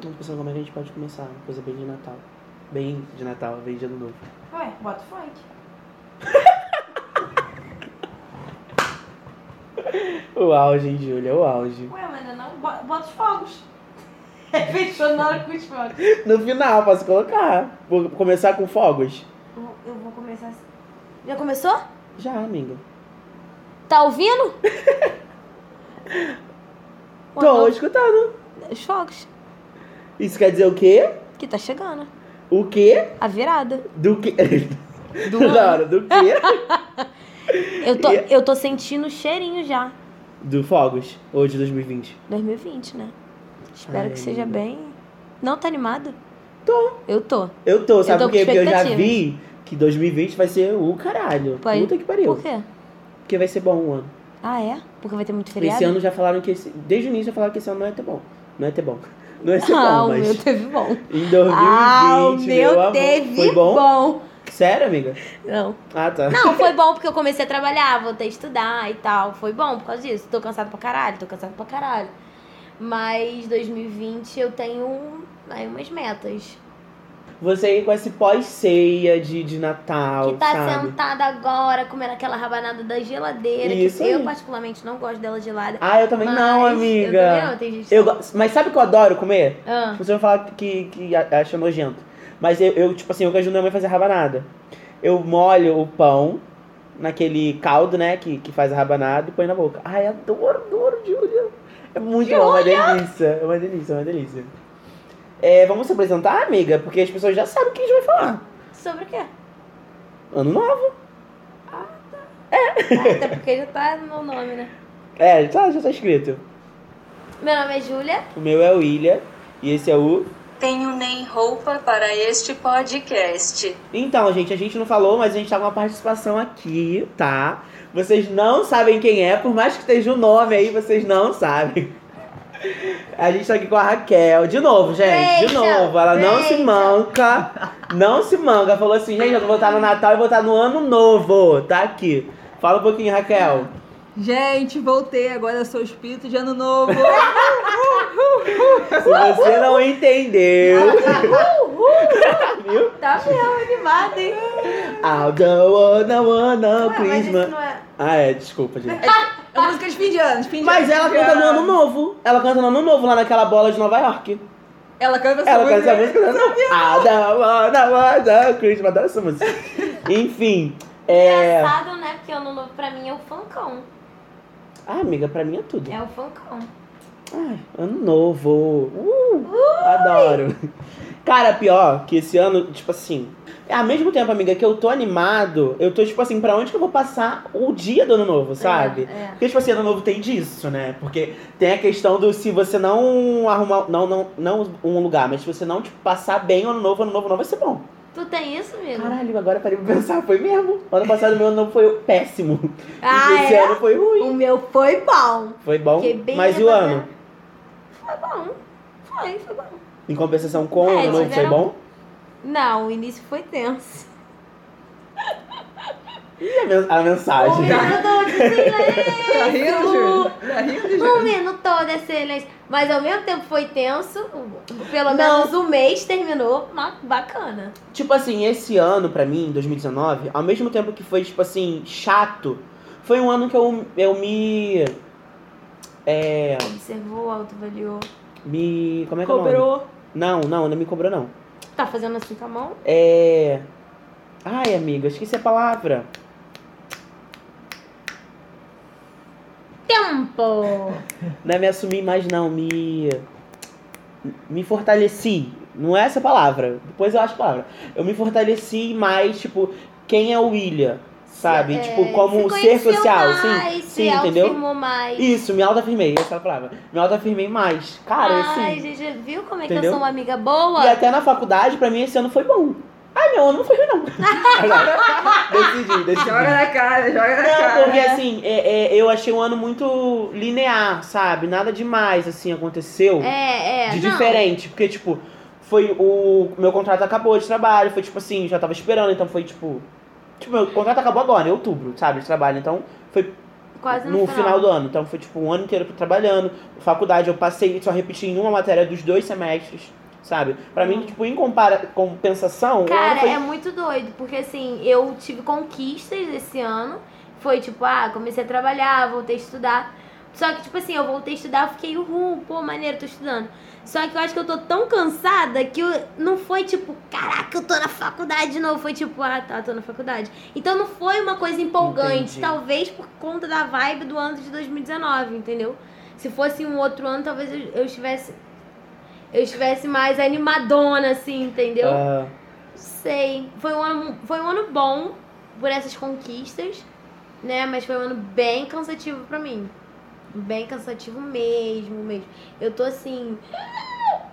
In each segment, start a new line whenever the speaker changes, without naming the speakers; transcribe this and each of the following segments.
Tô pensando como é que a gente pode começar. Uma coisa bem de Natal. Bem de Natal, bem de Ano Novo.
Ué, bota funk.
O auge, hein, Júlia? O auge.
Ué, mas ainda não. Bo- Bota os fogos. É fechou na hora com os fogos.
No final, posso colocar. Vou começar com fogos?
Eu, vou- eu vou começar assim. Já começou?
Já, amiga.
Tá ouvindo?
Tô escutando.
Os fogos.
Isso quer dizer o quê?
Que tá chegando.
O quê?
A virada.
Do quê?
Do
Da
ano.
hora, do quê?
Eu tô, eu tô sentindo o cheirinho já.
do fogos, hoje 2020.
2020, né? Espero
Ai,
que seja
amiga.
bem. Não tá animado? Tô. Eu tô.
Eu tô, sabe
tô
por quê?
com
Porque eu já vi
expectativas.
que 2020 vai ser o caralho.
Vai.
Puta que pariu.
Por quê?
Porque vai ser bom o ano.
Ah, é? Porque vai ter muito feriado?
Esse ano já falaram que esse- desde o início já falaram que esse ano não ia ter bom. Não ia ter bom. Não ia ser
Ah,
bom,
o
mas
meu teve bom.
em 2020,
ah, o
meu,
meu
amor,
teve
foi bom?
bom.
Sério, amiga?
Não.
Ah, tá.
Não, foi bom porque eu comecei a trabalhar, voltei a estudar e tal. Foi bom por causa disso. Tô cansada pra caralho, tô cansada pra caralho. Mas 2020 eu tenho um, aí umas metas.
Você aí com esse pós-ceia de, de Natal,
que tá
sabe?
sentada agora, comendo aquela rabanada da geladeira.
Isso
que eu
aí.
particularmente não gosto dela gelada.
Ah, eu também
mas
não,
Eu
amiga.
também não, tem gente que-
Eu go- mas sabe o que eu adoro comer?
Ah,
Você vai falar que, que a- acha nojento. Mas eu, eu, tipo assim, eu ajudo minha mãe a fazer rabanada. Eu molho o pão naquele caldo, né, que, que faz a rabanada e põe na boca. Ai, adoro, adoro, Júlia. É muito bom, é uma delícia. É uma delícia, é uma delícia. É, vamos se apresentar, amiga? Porque as pessoas já sabem o que a gente vai falar.
sobre o quê?
Ano novo.
Ah, Até porque já tá no nome, né?
É, já, já tá escrito.
Meu nome é Júlia.
O meu é o Ilha e esse é o...
Tenho nem roupa para este podcast.
Então, gente, a gente não falou, mas a gente tá com uma participação aqui, tá? Vocês não sabem quem é, por mais que esteja o nome aí, vocês não sabem. A gente tá aqui com a Raquel, de novo, gente, de
Beijo,
novo. Ela não se
beijo.
manca, não se manga. Falou assim, gente, eu vou estar no Natal e vou estar no Ano Novo, tá aqui. Fala um pouquinho, Raquel.
Gente, voltei, agora eu sou espírito de ano novo. É
Se você não entendeu, viu?
Tá mesmo animada, hein?
I don't wanna, wanna,
Ué, mas isso
Christmas.
não é.
Ah, é, desculpa, gente.
É uma música de fim de ano, de fim de
Mas
ano,
ela
de fim de
canta no ano novo. Ela canta no ano novo lá naquela bola de Nova York.
Ela canta essa
Ela canta essa
música.
música no ano novo. I don't wanna, wanna, Christmas. Adoro essa música. Enfim. É...
Engraçado, né? Porque ano novo pra mim é o funkão.
Ah, amiga, pra mim é tudo.
É o funkão.
Ai, ano novo. Uh, adoro. Cara, pior que esse ano, tipo assim. Ao mesmo tempo, amiga, que eu tô animado, eu tô tipo assim, pra onde que eu vou passar o dia do ano novo, sabe?
É,
Porque, tipo assim, ano novo tem disso, né? Porque tem a questão do se você não arrumar. Não, não, não um lugar, mas se você não tipo, passar bem o ano novo, ano novo não vai ser bom.
é. Tu tem isso, amigo?
Caralho, agora eu parei pra pensar, foi mesmo. Ano passado meu ano novo foi péssimo.
Ah,
e esse
é?
ano foi ruim.
O meu foi bom.
Foi bom.
Fiquei bem
Mas e o
arrasada.
ano?
Foi bom. Foi, foi bom.
Em compensação com o
É,
ano novo, foi
tiveram-
bom?
Não, o início foi tenso.
E a, men- a
Um
mensagem?
minuto de silêncio.
Tá rindo, Júlio? Tá rindo, Júlio?
Um minuto todo é silêncio. Mas ao mesmo tempo foi tenso. Pelo
Não.
menos o mês terminou ma- bacana.
Tipo assim, esse ano pra mim, 2019, ao mesmo tempo que foi, tipo assim, chato, foi um ano que eu, eu me. É.
Observou, autoavaliou.
Me. Como é que é o nome?
Cooperou.
Não, não, não me cobrou, não.
Tá fazendo assim com a mão?
É. Ai, amiga, esqueci a palavra.
Tempo!
Não é me assumir mais, não. Me. Me fortaleci. Não é essa palavra. Depois eu acho a palavra. Eu me fortaleci mais, tipo, quem é o William? Sabe?
É,
tipo, como
se
ser
conheceu
social,
mais,
sim.
se
Sim, entendeu?
autoafirmou mais.
Isso, me autoafirmei, essa é a palavra. Me autoafirmei mais. Cara,
Ai,
assim.
gente, viu como é que
Entendeu?
eu sou uma amiga boa?
E até na faculdade, pra mim, esse ano foi bom. Ah, meu ano não foi ruim, não. decidi, decidi.
é
Joga na cara, joga na
Não,
cara.
né?
porque assim, é- é, eu achei um ano muito linear, sabe? Nada demais, assim, aconteceu
É, é.
de
não.
diferente. Porque, tipo, foi o. Meu contrato acabou de trabalho, foi tipo assim, já tava esperando, então foi tipo. Tipo, meu contrato acabou agora, em outubro, sabe? De trabalho, então foi
Quase
no final do ano. Então foi tipo um ano inteiro trabalhando. Faculdade, eu passei, só repeti em uma matéria dos dois semestres, sabe? Pra mim, tipo, em compara compensação, o ano
Cara,
foi
é muito doido, porque assim, eu tive conquistas esse ano. Foi tipo, ah, comecei a trabalhar, voltei a estudar. Só que, tipo assim, eu voltei a estudar, eu fiquei, uhul, pô, maneiro, tô estudando. Só que eu acho que eu tô tão cansada que eu, não foi tipo, caraca, eu tô na faculdade de novo. Foi tipo, ah, tá, tô na faculdade. Então não foi uma coisa empolgante,
Entendi.
talvez por conta da vibe do ano de 2019, entendeu? Se fosse um outro ano, talvez eu, eu estivesse. Eu estivesse mais animadona, assim, entendeu?
ah,
Sei. Foi um ano, foi um ano bom por essas conquistas, né? Mas foi um ano bem cansativo pra mim. Bem cansativo mesmo, mesmo. Eu tô assim,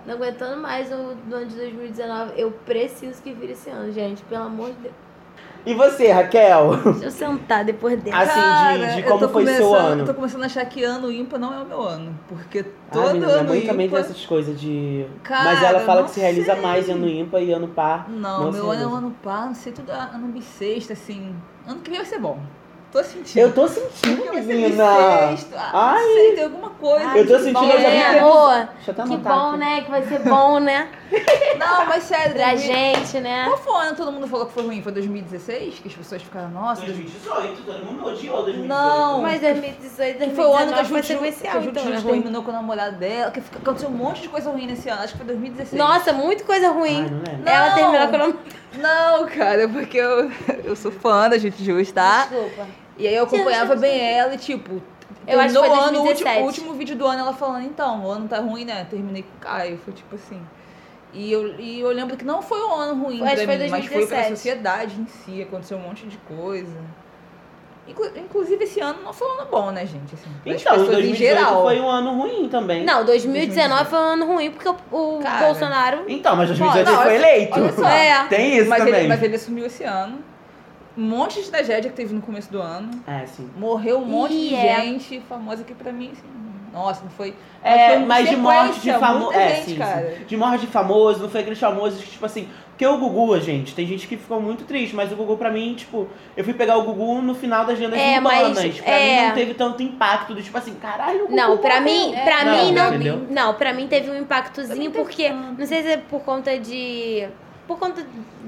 não aguentando mais o do ano de 2019. Eu preciso que vire esse ano, gente. Pelo amor de Deus.
E você, Raquel?
Deixa eu sentar depois dele.
Assim, de-
Cara,
de
eu
como
tô
foi seu
começando-
ano.
Eu tô começando a achar que ano ímpar não é o meu ano. Porque todo
Ah, menina, minha
ano
mãe também tem
ímpar.
essas coisas de.
Cara,
Mas ela fala
não
que se realiza
sei.
mais ano ímpar e ano par.
Não,
Não sei
meu ano é um
mesmo.
ano par, não sei tudo ano bissexto, assim. Ano que vem vai ser bom. Tô sentindo.
Eu tô
Ano
sentindo,
que vai ser
menina.
bissexto. Ah,
Ai.
Não sei, tem alguma coisa.
Eu tô
que
sentindo,
vai-
eu já vi
É,
que-
boa.
Deixa eu até
Que
anotar.
bom,
aqui.
né? Que vai ser bom, né?
Não, mas sério,
Pra
2000
gente, né?
Qual foi o ano que todo mundo falou que foi ruim? Foi 2016? Que as pessoas ficaram, nossa,
2018, todo mundo odiou 2018.
Não.
Mas 2018,
Que foi o ano que a
2019 foi
Juju, que a
sequencial,
Juju
então, né? Ruim.
terminou com o namorado dela. Que fica- aconteceu um monte de coisa ruim nesse ano. Acho que foi 2016.
Nossa, muita coisa ruim.
Ai, não lembro.
Ela
Não.
terminou com o nome.
Não, cara, porque eu, eu sou fã da Juju Juiz, tá?
Desculpa.
E aí eu acompanhava bem ela e, tipo,
Eu acho que
terminou
foi
o ano, o último,
2017.
o último vídeo do ano, ela falando, então, o ano tá ruim, né? Terminei com o Caio, foi tipo assim. E eu, e eu lembro que não foi um ano ruim,
Acho
pra
que foi
mim, mas foi pra
2017.
sociedade em si, aconteceu um monte de coisa. Inclu- Inclusive, esse ano não foi um ano bom, né, gente? Assim, pras
Então,
pessoas
2018
em geral.
foi um ano ruim também.
Não, 2019 foi um ano ruim porque o o
Cara.
Bolsonaro.
Então, mas 2018
Não,
ele foi
olha-
eleito.
olha só.
É.
Tem isso
mas,
também.
ele, mas ele assumiu esse ano. Um monte de tragédia que teve no começo do ano.
É, sim.
Morreu um monte
Ih,
de
é.
gente famosa que pra mim, assim, nossa, não foi.
É,
foi
mas de
sequência,
morte de famoso.
muita
É,
gente,
sim, sim.
cara.
De morte de famoso, não foi aqueles famosos que, tipo assim. Porque o Gugu, gente, tem gente que ficou muito triste, mas o Gugu, pra mim, tipo, eu fui pegar o Gugu no final das lendas
É,
urbanas.
mas-
pra
é.
mim não teve tanto impacto do tipo assim, caralho, o Gugu
Não, pra
morreu.
mim, pra
Não,
mim não.
entendeu? Tá
Não, pra mim teve um impactozinho
Pra mim
porque não sei se é por conta de por conta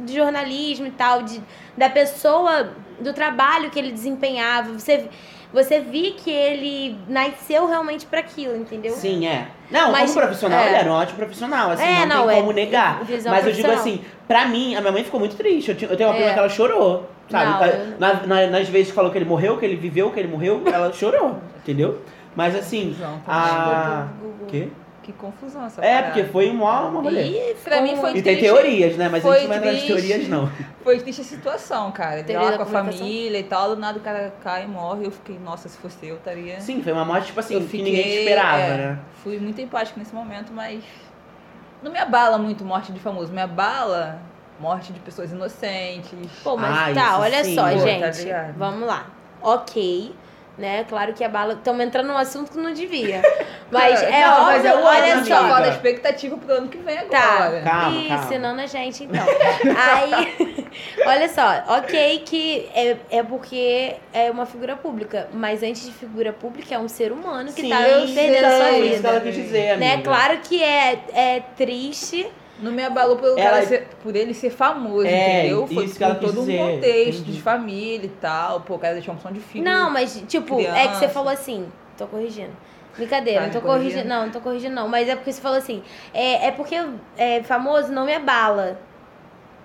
de jornalismo e tal, de da pessoa, do trabalho que ele desempenhava. Você você via que ele nasceu realmente pra aquilo, entendeu?
Sim, é. Não,
Mas-
como profissional,
é.
ele era um ótimo profissional, assim,
É,
não,
não,
tem
é-
como negar.
visão
Mas eu digo
profissional.
assim, pra mim, a minha mãe ficou muito triste. Eu, tinha- eu tenho uma
É.
prima que ela chorou, sabe?
Não,
Tá-
eu-
na- na- nas vezes que falou que ele morreu, que ele viveu, que ele morreu, ela chorou, entendeu? Mas assim, ah,
Confusão, tá
a...
Google.
Quê?
vendo? Que confusão essa
É,
parada.
porque foi uma, uma rolê.
E
Pra mim foi
E tem
triste.
teorias, né? Mas a
Foi
gente não entra nas
triste.
teorias, não.
Foi triste a situação, cara. Ele
Teoria da
lá com a
comunicação.
família e tal, do nada o cara cai e morre. Eu fiquei, nossa, se fosse eu, eu estaria.
Sim, foi uma morte, tipo assim,
eu
que ninguém esperava,
é,
né?
Fui muito empática nesse momento, mas. Não me abala muito morte de famoso. Me abala morte de pessoas inocentes.
Pô, mas
Ah,
tá,
isso
olha
sim.
só,
Pô,
tá
gente.
ligado?
vamos lá. Ok. Né? Claro que a bala. Estamos entrando num assunto que não devia. Mas é
Não, mas
óbvio,
eu
olha
amo
amiga.
só.
falar da expectativa pro ano que vem
Tá.
agora.
Calma,
Ih,
calma.
ensinando a gente, então. Aí, olha só, ok que é, é porque é uma figura pública, mas antes de figura pública é um ser humano que
Sim,
tá
eu sei,
perdendo a sua
é isso que
vida.
ela quis dizer, amiga.
Né? Claro que é, é triste.
Não me abalou pelo
Ela-
cara ser- por ele ser famoso,
É,
entendeu? Foi
isso que ela
por
quis
todo
dizer,
um contexto
entendi.
de família e tal. Pô, o cara deixou um som de filho.
Não, mas tipo, é que você
criança.
falou assim, tô corrigindo. Brincadeira,
Tá,
não tô
corrigindo.
corrigindo, não, não tô corrigindo, não. Mas é porque você falou assim, é, é porque é, famoso não me abala.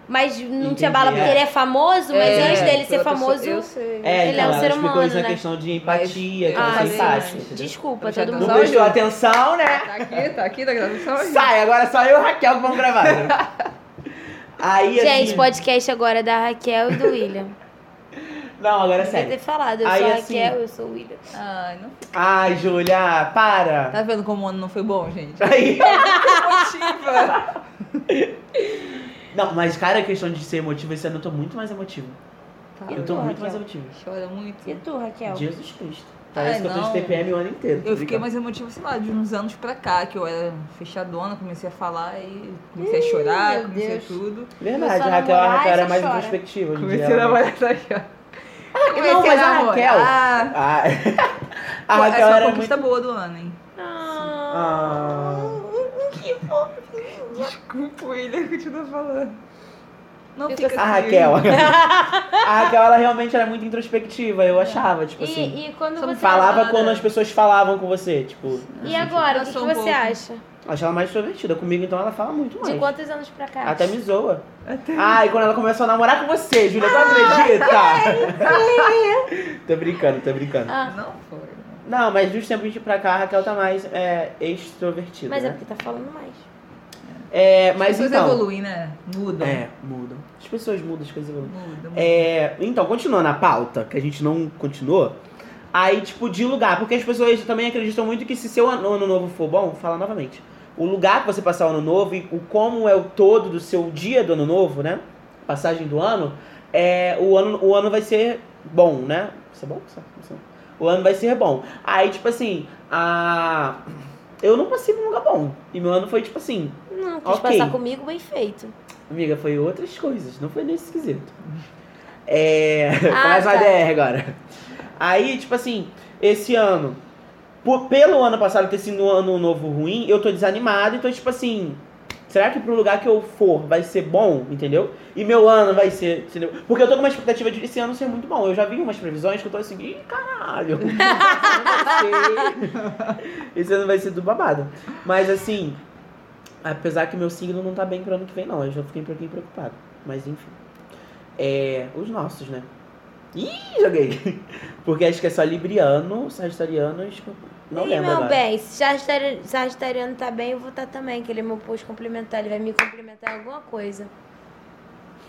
Mas não te
Entendi,
abala porque
é.
ele é famoso, mas
É,
antes dele ser
pela pessoa-
famoso.
Eu sei.
É,
Ele
então,
é um
ela
ser
explicou
humano,
isso na
né?
questão de empatia, que
Ah,
ela é
sim.
empática.
Gente,
entendeu?
Desculpa, um
Já
todo
tá
mundo.
Não
Só
prestou
eu.
atenção, né?
um-
Tá aqui, tá aqui, tá gravação.
Sai, agora só eu e o Raquel que vamos gravar. né? Aí,
Gente,
assim...
podcast agora é da Raquel e do William.
Não, agora é
Devia
sério.
ter falado, eu
Aí,
sou a
assim-
Raquel, eu sou o William.
Ai, não.
Ai, Júlia, para.
Tá vendo como o ano não foi bom, gente?
Aí...
Tá
Motiva.
Não, mas, cara, a questão de ser emotivo, esse ano eu tô muito mais emotivo. Eu tô
Raquel?
muito mais emotivo.
Chora muito.
E tu, Raquel?
Jesus Cristo. Parece
Ai,
que eu tô de
não.
TPM o ano inteiro.
Eu fiquei mais emotiva, sei lá, de uns anos pra cá, que eu era fechadona, comecei a falar e comecei a chorar,
meu
comecei a
Deus.
tudo.
Verdade,
Começou a
Raquel, a
namorar,
Raquel
aí
era
você
mais
chora.
introspectiva. hoje em
Comecei
dia
a
ela-
namorar essa chora.
Ah,
A Raquel
comecei
Não, mas
a
a
namorar.
Raquel-
Ah,
Ah, a
pô,
Raquel
essa é uma
era muito...
conquista boa do ano, hein?
tá-
Ah,
Desculpa, William, continua falando. Não
Eu
fica assim.
a Ah, Raquel. a Raquel, ela realmente era muito introspectiva, eu achava, tipo assim.
E, e quando
Só me
você.
falava
Nada.
quando as pessoas falavam com você, tipo.
E agora, o que,
Passou
que
um
você
pouco.
acha?
Acho ela mais extrovertida. Comigo, então, ela fala muito mais.
De quantos anos pra cá?
Até me zoa.
Até-
Ah, e quando ela começou a namorar com você, Júlia, tu acredita? tô brincando, tô brincando.
Ah,
Não foi.
Não, mas dos tempos de pra cá, a Raquel tá mais é, extrovertida.
mas é
né?
porque tá falando mais.
é,
As
mas
pessoas
então.
evoluem, né? Mudam.
É, mudam. As pessoas mudam, as coisas evoluem.
Mudam.
É, então, continuando a pauta, que a gente não continuou. Aí, tipo, de lugar, porque as pessoas também acreditam muito que se seu ano, ano novo for bom, fala novamente. O lugar que você passar o ano novo e o como é o todo do seu dia do ano novo, né? Passagem do ano, é, o, ano, o ano vai ser bom, né? Isso é bom? Isso é- isso é- O ano vai ser bom. Aí, tipo assim, a... eu não passei num lugar bom. E meu ano foi, tipo assim,
Não, quis
Ok.
passar comigo, bem feito.
Amiga, foi outras coisas, não foi nesse quesito. É.
Ah,
Começa a
tá.
DR agora. Aí, tipo assim, esse ano, por- pelo ano passado ter sido um ano novo ruim, eu tô desanimado e tô tipo assim. Será que pro lugar que eu for vai ser bom, entendeu? E meu ano vai ser, entendeu? Porque eu tô com uma expectativa de esse ano ser muito bom. Eu já vi umas previsões que eu tô assim, ih, caralho. esse ano vai ser- esse ano vai ser do babado. Mas assim, Apesar que meu signo não tá bem pro ano que vem, não. Eu já fiquei um pouquinho preocupado. Mas enfim. É. Os nossos, né? Ih, joguei! Porque acho que é só Libriano, Sagitariano e escorp- Não
Ih,
lembro
meu
agora.
bem, se Sagitari- Sagitariano tá bem, eu vou estar também, que ele é meu post complementar, ele vai me complementar em alguma coisa.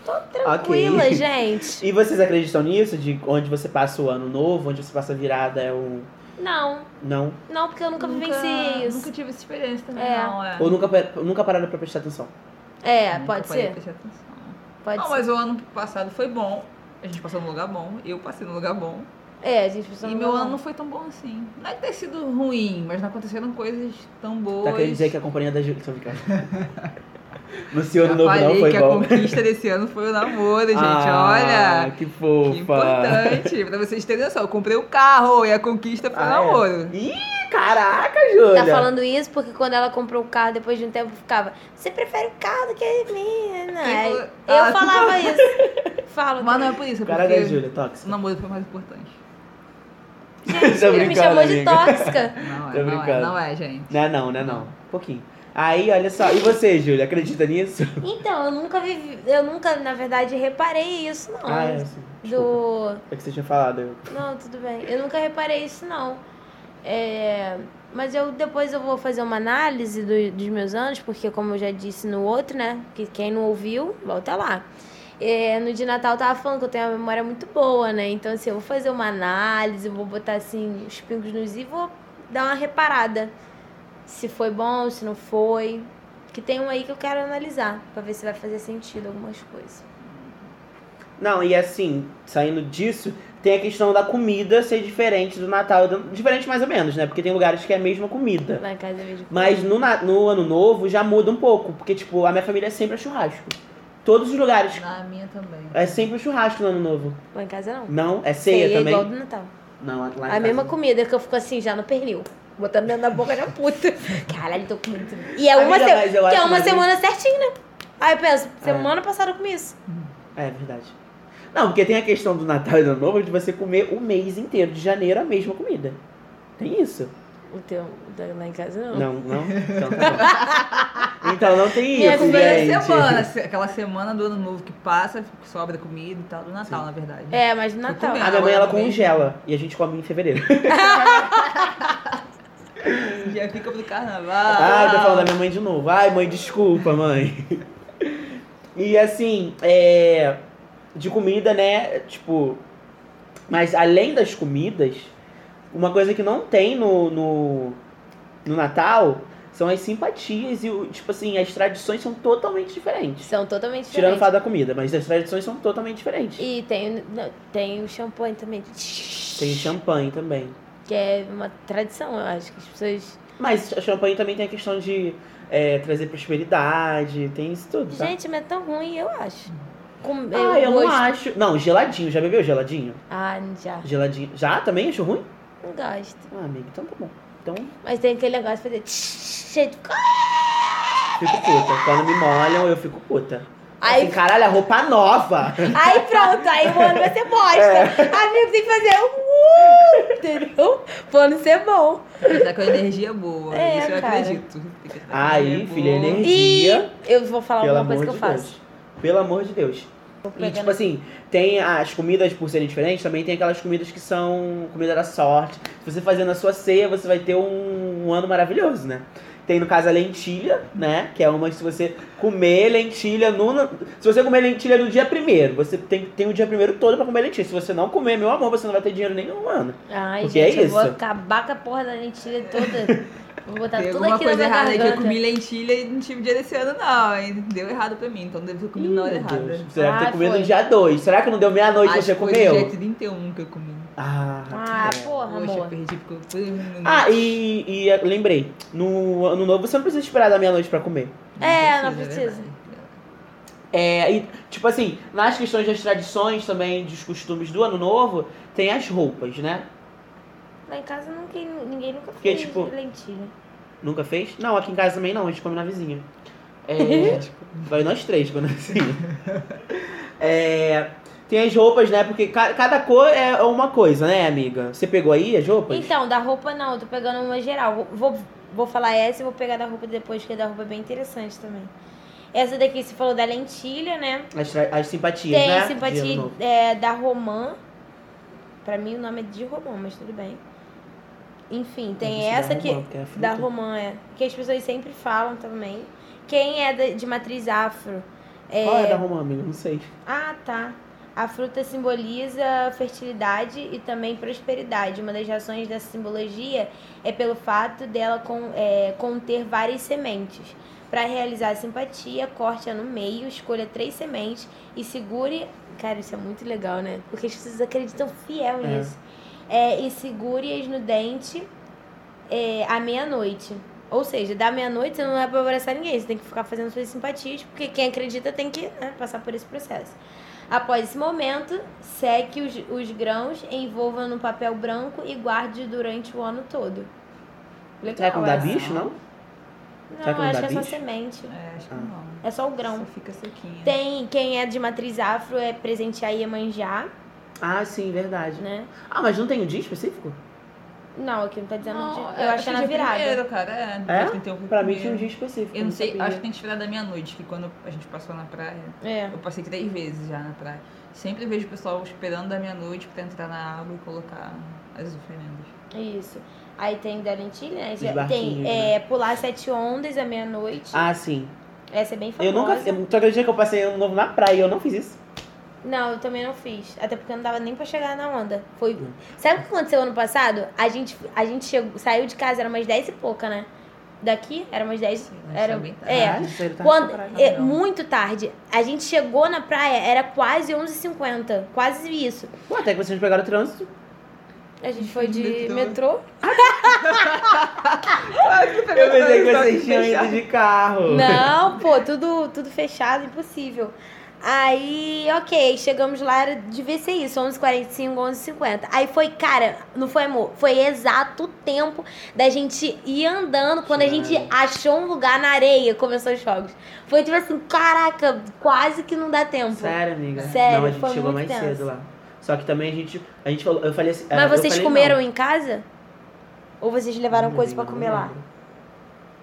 Tô tranquila,
Ok.
gente.
E vocês acreditam nisso? De onde você passa o ano novo, onde você passa a virada é o.
Não,
Não?
não, porque eu nunca, vivenciei isso.
Nunca tive essa experiência também,
É.
não. É.
Ou nunca, pe- nunca pararam pra prestar atenção?
É,
Nunca
pode
parei
ser?
pra prestar atenção.
Pode
Não,
ser.
mas o ano passado foi bom. A gente passou num lugar bom, eu passei num lugar bom.
É, a gente precisa.
e meu ano não foi tão bom assim. Não é que tenha sido ruim, mas não aconteceram coisas tão boas.
Tá querendo dizer que a companhia da Júlia. Tô brincando. No seu
Já
ano novo não
falei
foi
que
bom.
a conquista desse ano foi o namoro, gente.
ah,
Olha.
Que
Que
fofa!
importante. Pra vocês terem noção, eu comprei o carro e a conquista foi o
Ah, é?
namoro.
Ih, caraca, Júlia!
Tá falando isso porque quando ela comprou o carro, depois de um tempo ficava, você prefere o carro do que a menina?
Quem
Eu,
foi- Ah, tu
falava isso. Falo.
Mas não é por isso, é
Cara da
porque
Júlia,
o
tóxica.
namoro foi mais importante.
Gente,
Tô
ele me
Tá brincando,
chamou de
amiga.
tóxica.
Não
Tô
é, não é,
brincando.
não é, gente.
Não é não, não é não. Um pouquinho. Aí, olha só. E você, Júlia, acredita nisso?
Então, eu nunca vivi, eu nunca, na verdade, reparei isso, não.
Ah, é. Sim. Desculpa.
Do.
É que você tinha falado. eu-
Não, tudo bem. Eu nunca reparei isso, não. É, Mas eu depois eu vou fazer uma análise do- dos meus anos, porque como eu já disse no outro, né? Que quem não ouviu, volta lá. É, no de Natal eu tava falando que eu tenho uma memória muito boa, né? Então, assim, eu vou fazer uma análise, vou botar assim, os pingos nos i e vou dar uma reparada. Se foi bom, se não foi. Que tem um aí que eu quero analisar, pra ver se vai fazer sentido algumas coisas.
Não, e assim, saindo disso, tem a questão da comida ser diferente do Natal. e do- Diferente mais ou menos, né? Porque tem lugares que é a mesma comida.
Lá em casa eu vejo. é.
Mas no, na- no Ano Novo já muda um pouco. Porque, tipo, a minha família é sempre churrasco. Todos os lugares.
Na minha também.
É sempre churrasco no Ano Novo.
Lá em casa não.
Não? É ceia,
é
também?
igual do Natal.
Não, lá em
A
casa
mesma
não.
comida que eu fico assim já no pernil. Botando dentro da boca da puta. Caralho, tô comendo. tudo. E é uma,
Amiga,
se-
mas eu
que é
acho
uma
maneiro.
semana certinha, né? Aí eu penso, semana passada eu comi isso.
É verdade. Não, porque tem a questão do Natal e do Ano Novo de você comer o mês inteiro, de janeiro, a mesma comida. Tem isso?
O teu da- lá em casa não.
Não, não? Então, tá bom. então não tem
Minha
isso,
comida é
gente.
Primeira semana, se- aquela semana do ano novo que passa, que sobra comida e tal, do Natal,
Sim.
na verdade.
É, mas no Natal.
comendo.
A minha mãe, ela
Também.
congela. E a gente come em fevereiro.
Já fica pro carnaval.
Ai, Ah,
Ah.
tô falando da minha mãe de novo. Ai, mãe, desculpa, mãe. E assim, é... De comida, né? Tipo... Mas além das comidas, uma coisa que não tem no, no, no Natal são as simpatias e, o- tipo assim, as tradições são totalmente diferentes.
São totalmente
Tirando o
diferentes.
fato da comida, mas as tradições são totalmente diferentes.
E tem, não, tem o champanhe também.
Tem champanhe também.
Que é uma tradição, eu acho, que as pessoas.
Mas o champanhe também tem a questão de é, trazer prosperidade, tem isso tudo, tá?
Gente, mas é tão ruim, eu acho. com é,
Ah, eu não
gosto.
acho. Não, geladinho. Já bebeu geladinho?
Ah, já.
Geladinho. Já também? Acho ruim?
Não gosto.
Ah, amigo, então tá bom. Então,
Mas tem aquele negócio de fazer tch, cheio de coisa.
fico puta. Quando me molham, eu fico puta. Assim,
Aí,
caralho, a roupa nova.
aí pronto, aí o ano vai ser bosta.
É.
Amigo, tem que fazer um. Uh, entendeu? Pro ano ser bom.
Tá com a energia boa.
É,
isso eu
cara.
acredito. Tem que estar com a
Aí,
energia
filha,
é boa.
E
energia.
eu vou falar
Um Pelo
uma
amor
coisa que
de
eu faço.
Deus. Pelo amor de Deus. E, tipo assim, tem as comidas, por serem diferentes, também tem aquelas comidas que são comida da sorte. Se você fazer na sua ceia, você vai ter um, um ano maravilhoso, né? Tem, no caso, a lentilha, né? Que é uma que se você comer lentilha no... Se você comer lentilha no dia primeiro, você tem, tem o dia primeiro todo pra comer lentilha. Se você não comer, meu amor, você não vai ter dinheiro nenhum ano.
Ai,
Porque
gente,
é
eu vou
isso.
acabar com a porra da lentilha toda. Vou botar
Tem
Tá tudo
alguma
aqui na
coisa
minha
errada aí que eu
garganta.
comi lentilha e não tive dia desse ano, não. hein? Deu errado pra mim, então deve ter comido na hora
Meu
errada.
Deus, Você deve
Ah,
ter comido
foi.
no dia 2. Será que não deu meia-noite
Acho
e você
que foi
comeu?
dia 31 que eu comi.
Ah,
Ah,
é.
porra,
Poxa,
amor.
perdi porque eu fui.
Ah, e, e eu lembrei. No ano novo você não precisa esperar da meia-noite pra comer.
É, não precisa.
verdade.
É, e, tipo assim, nas questões das tradições também, dos costumes do ano novo, tem as roupas, né?
Lá em casa ninguém, ninguém nunca
Porque,
fez
tipo,
lentilha.
Nunca fez? Não, aqui em casa também não, a gente come na vizinha. É,
Tipo.
vai nós três quando assim. É, tem as roupas, né? Porque ca- cada cor é uma coisa, né, amiga? Você pegou aí as roupas?
Então, da roupa não, eu tô pegando uma geral. Vou- Vou, vou falar essa e vou pegar da roupa depois, porque da roupa é bem interessante também. Essa daqui você falou da lentilha, né?
As, tra- as simpatias,
Tem
né?
a
De ano
simpatia
novo.
é, da Romã. Pra mim o nome é de Romã, mas tudo bem. Enfim, tem
Isso dá
essa que.
romã, porque é fruta.
da Romã, é. Que as pessoas sempre falam também. Quem é da- de matriz afro? é-
Qual é da romã, amiga? Não sei.
Ah, tá. A fruta simboliza fertilidade e também prosperidade. Uma das razões dessa simbologia é pelo fato dela con- é, conter várias sementes. Para realizar a simpatia, corte-a no meio, escolha três sementes e segure. Cara, isso é muito legal, né? Porque as pessoas acreditam fiel
É.
nisso. É, e segure-as no dente é, à meia-noite. Ou seja, da meia-noite você não é pra abraçar ninguém, você tem que ficar fazendo suas simpatias, porque quem acredita tem que né, passar por esse processo. Após esse momento, seque os, os grãos, envolva no papel branco e guarde durante o ano todo. Legal,
Será que não dá
essa.
É bicho, não?
Não,
Será que não
acho
dá
que é só
bicho?
semente.
É, acho que
Ah.
não.
É só o grão.
Só fica sequinha.
Tem quem é de matriz afro é presentear Iemanjá,
Ah, sim, verdade.
né?
Ah, mas não tem um dia específico?
Não, aqui não tá dizendo.
Não,
de- eu acho que é na
dia
virada.
Primeiro, cara, é. depois tem que ter um
Pra mim
primeiro.
tinha um dia específico.
Eu não sei,
sabia.
acho que tem que esperar da meia-noite, que quando a gente passou na praia,
É.
eu passei três vezes já na praia. Sempre vejo o pessoal esperando da meia-noite pra entrar na água e colocar as oferendas.
Isso. Aí tem da lentilha, né?
Os
Já Tem
barquinhos, né?
é, pular sete ondas à meia-noite.
Ah, sim.
Essa é bem famosa.
Eu nunca fiz. Tu acredita que eu passei ano novo na praia e eu não fiz isso?
Não, eu também não fiz. Até porque eu não dava nem pra chegar na onda. Foi. Sabe o que aconteceu ano passado? A gente, a gente chegou, saiu de casa, era umas dez e pouca, né? Daqui era umas dez.
Sim, mas
Era,
também tá.
é,
Caralho, isso aí tá
Quando,
na praia.
é,
não.
muito tarde. A gente chegou na praia, era quase 11h50. Quase isso.
Pô, até que vocês pegaram o trânsito.
A gente foi de
Metrô.
metrô.
Eu pensei que vocês tinham ido de carro.
Não, pô, tudo, tudo fechado, impossível. Aí, ok, chegamos lá, era, devia ser isso, 11h45, 11h50. Aí foi, cara, não foi amor, foi exato o tempo da gente ir andando. Quando a gente
Claro.
achou um lugar na areia, começou os jogos. Foi tipo assim, caraca, quase que não dá tempo.
Sério, amiga?
Sério,
Não, a gente
foi
chegou
muito
mais
tenso.
cedo lá. Só que também a gente. A gente falou. Eu falei assim. é,
Mas
eu
vocês
falei
comeram
não.
em casa? Ou vocês levaram
Não,
coisa pra
amiga, não
comer lá?
lembro.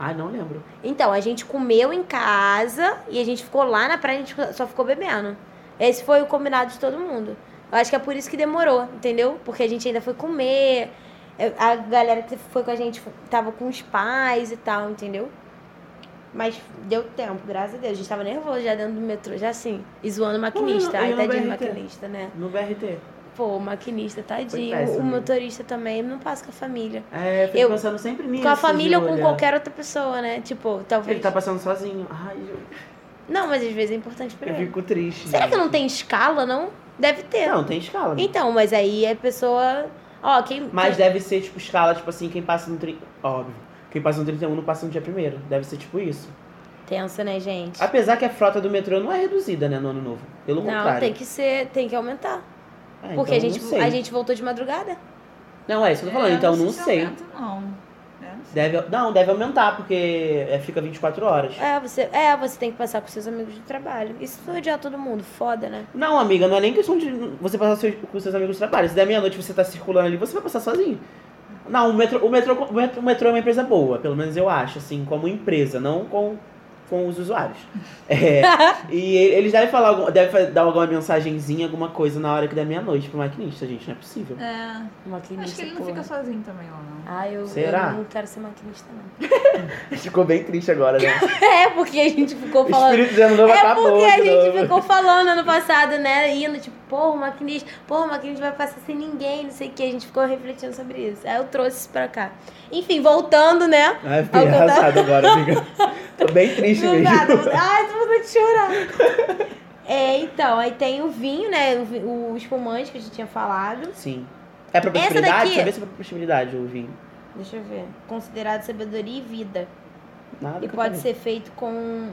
Ah, não lembro.
Então, a gente comeu em casa e a gente ficou lá na praia, a gente só ficou bebendo. Esse foi o combinado de todo mundo. Eu acho que é por isso que demorou, entendeu? Porque a gente ainda foi comer. eu- A galera que foi com a gente fo- tava com os pais e tal, entendeu? Mas deu tempo, graças a Deus. A gente tava nervoso já dentro do metrô, já assim, e zoando o maquinista.
Eu não-
Ai,
eu não
tadinho do
BRT.
maquinista, né?
No BRT.
Pô, o maquinista, tadinho.
péssimo,
O
né?
motorista também, ele não passa com a família.
É, eu fico
Eu-
pensando sempre nisso.
Com a família ou com
Júlia.
qualquer outra pessoa, né? Tipo, talvez.
Ele tá passando sozinho. Ai, Júlia,
Não, mas às vezes é importante pra
eu
ele.
fico triste.
Será que não tem escala, não? Deve ter.
Não, tem escala. amiga.
Então, mas aí a pessoa. Ó, quem.
Mas deve ser, tipo, um escala, tipo assim, quem passa no 30. Óbvio. Quem passa no 31 não passa no dia primeiro. Deve ser tipo isso.
Tenso, né, gente?
Apesar que a frota do metrô não é reduzida, né, no ano novo. Pelo
Não,
contrário.
tem que ser, tem que aumentar.
Ah,
Porque
então
a,
não
gente,
sei.
a gente voltou de madrugada.
Não, é isso que eu tô falando.
É,
então, não
se
sei.
aumenta, não. É, não sei.
Deve, não, deve aumentar, porque é, fica 24 horas.
É você, é, você tem que passar com seus amigos de trabalho. Isso não odiar todo mundo, foda, né?
Não, amiga, não é nem questão de você passar seu- com seus amigos de trabalho. Se der meia-noite e você tá circulando ali, você vai passar sozinho. Não, o metrô, o, metrô, o metrô- o metrô é uma empresa boa, pelo menos eu acho, assim, como empresa, não com, com os usuários. É, e ele- eles devem falar, algum- devem dar alguma mensagenzinha, alguma coisa na hora que der meia-noite pro maquinista, gente, não é possível.
É,
Uma clínica.
acho que ele não fica sozinho também lá, não.
Ah, eu,
Será?
eu não quero ser maquinista, não.
Ficou bem triste agora, né?
É, porque a gente ficou
O
falando.
espírito de ano novo
É
acabou.
porque a
de
gente
novo.
ficou falando ano passado, né? Indo, tipo, porra, o maquinista, porra, o maquinista vai passar sem ninguém, não sei o que. A gente ficou refletindo sobre isso. Aí eu trouxe isso pra cá. Enfim, voltando, né?
Ai, fiquei
Ao contrário.
arrasado agora, amiga. Tô bem triste
Do
mesmo.
nada. Ai, tô vontade de chorar. É, então, aí tem o vinho, né? O, vi- o espumante que a gente tinha falado.
Sim. É pra prosperidade?
daqui-
Saber se é pra prosperidade o vinho.
Deixa eu ver. Considerado sabedoria e vida.
Nada
E
que eu
pode
falei.
ser feito com,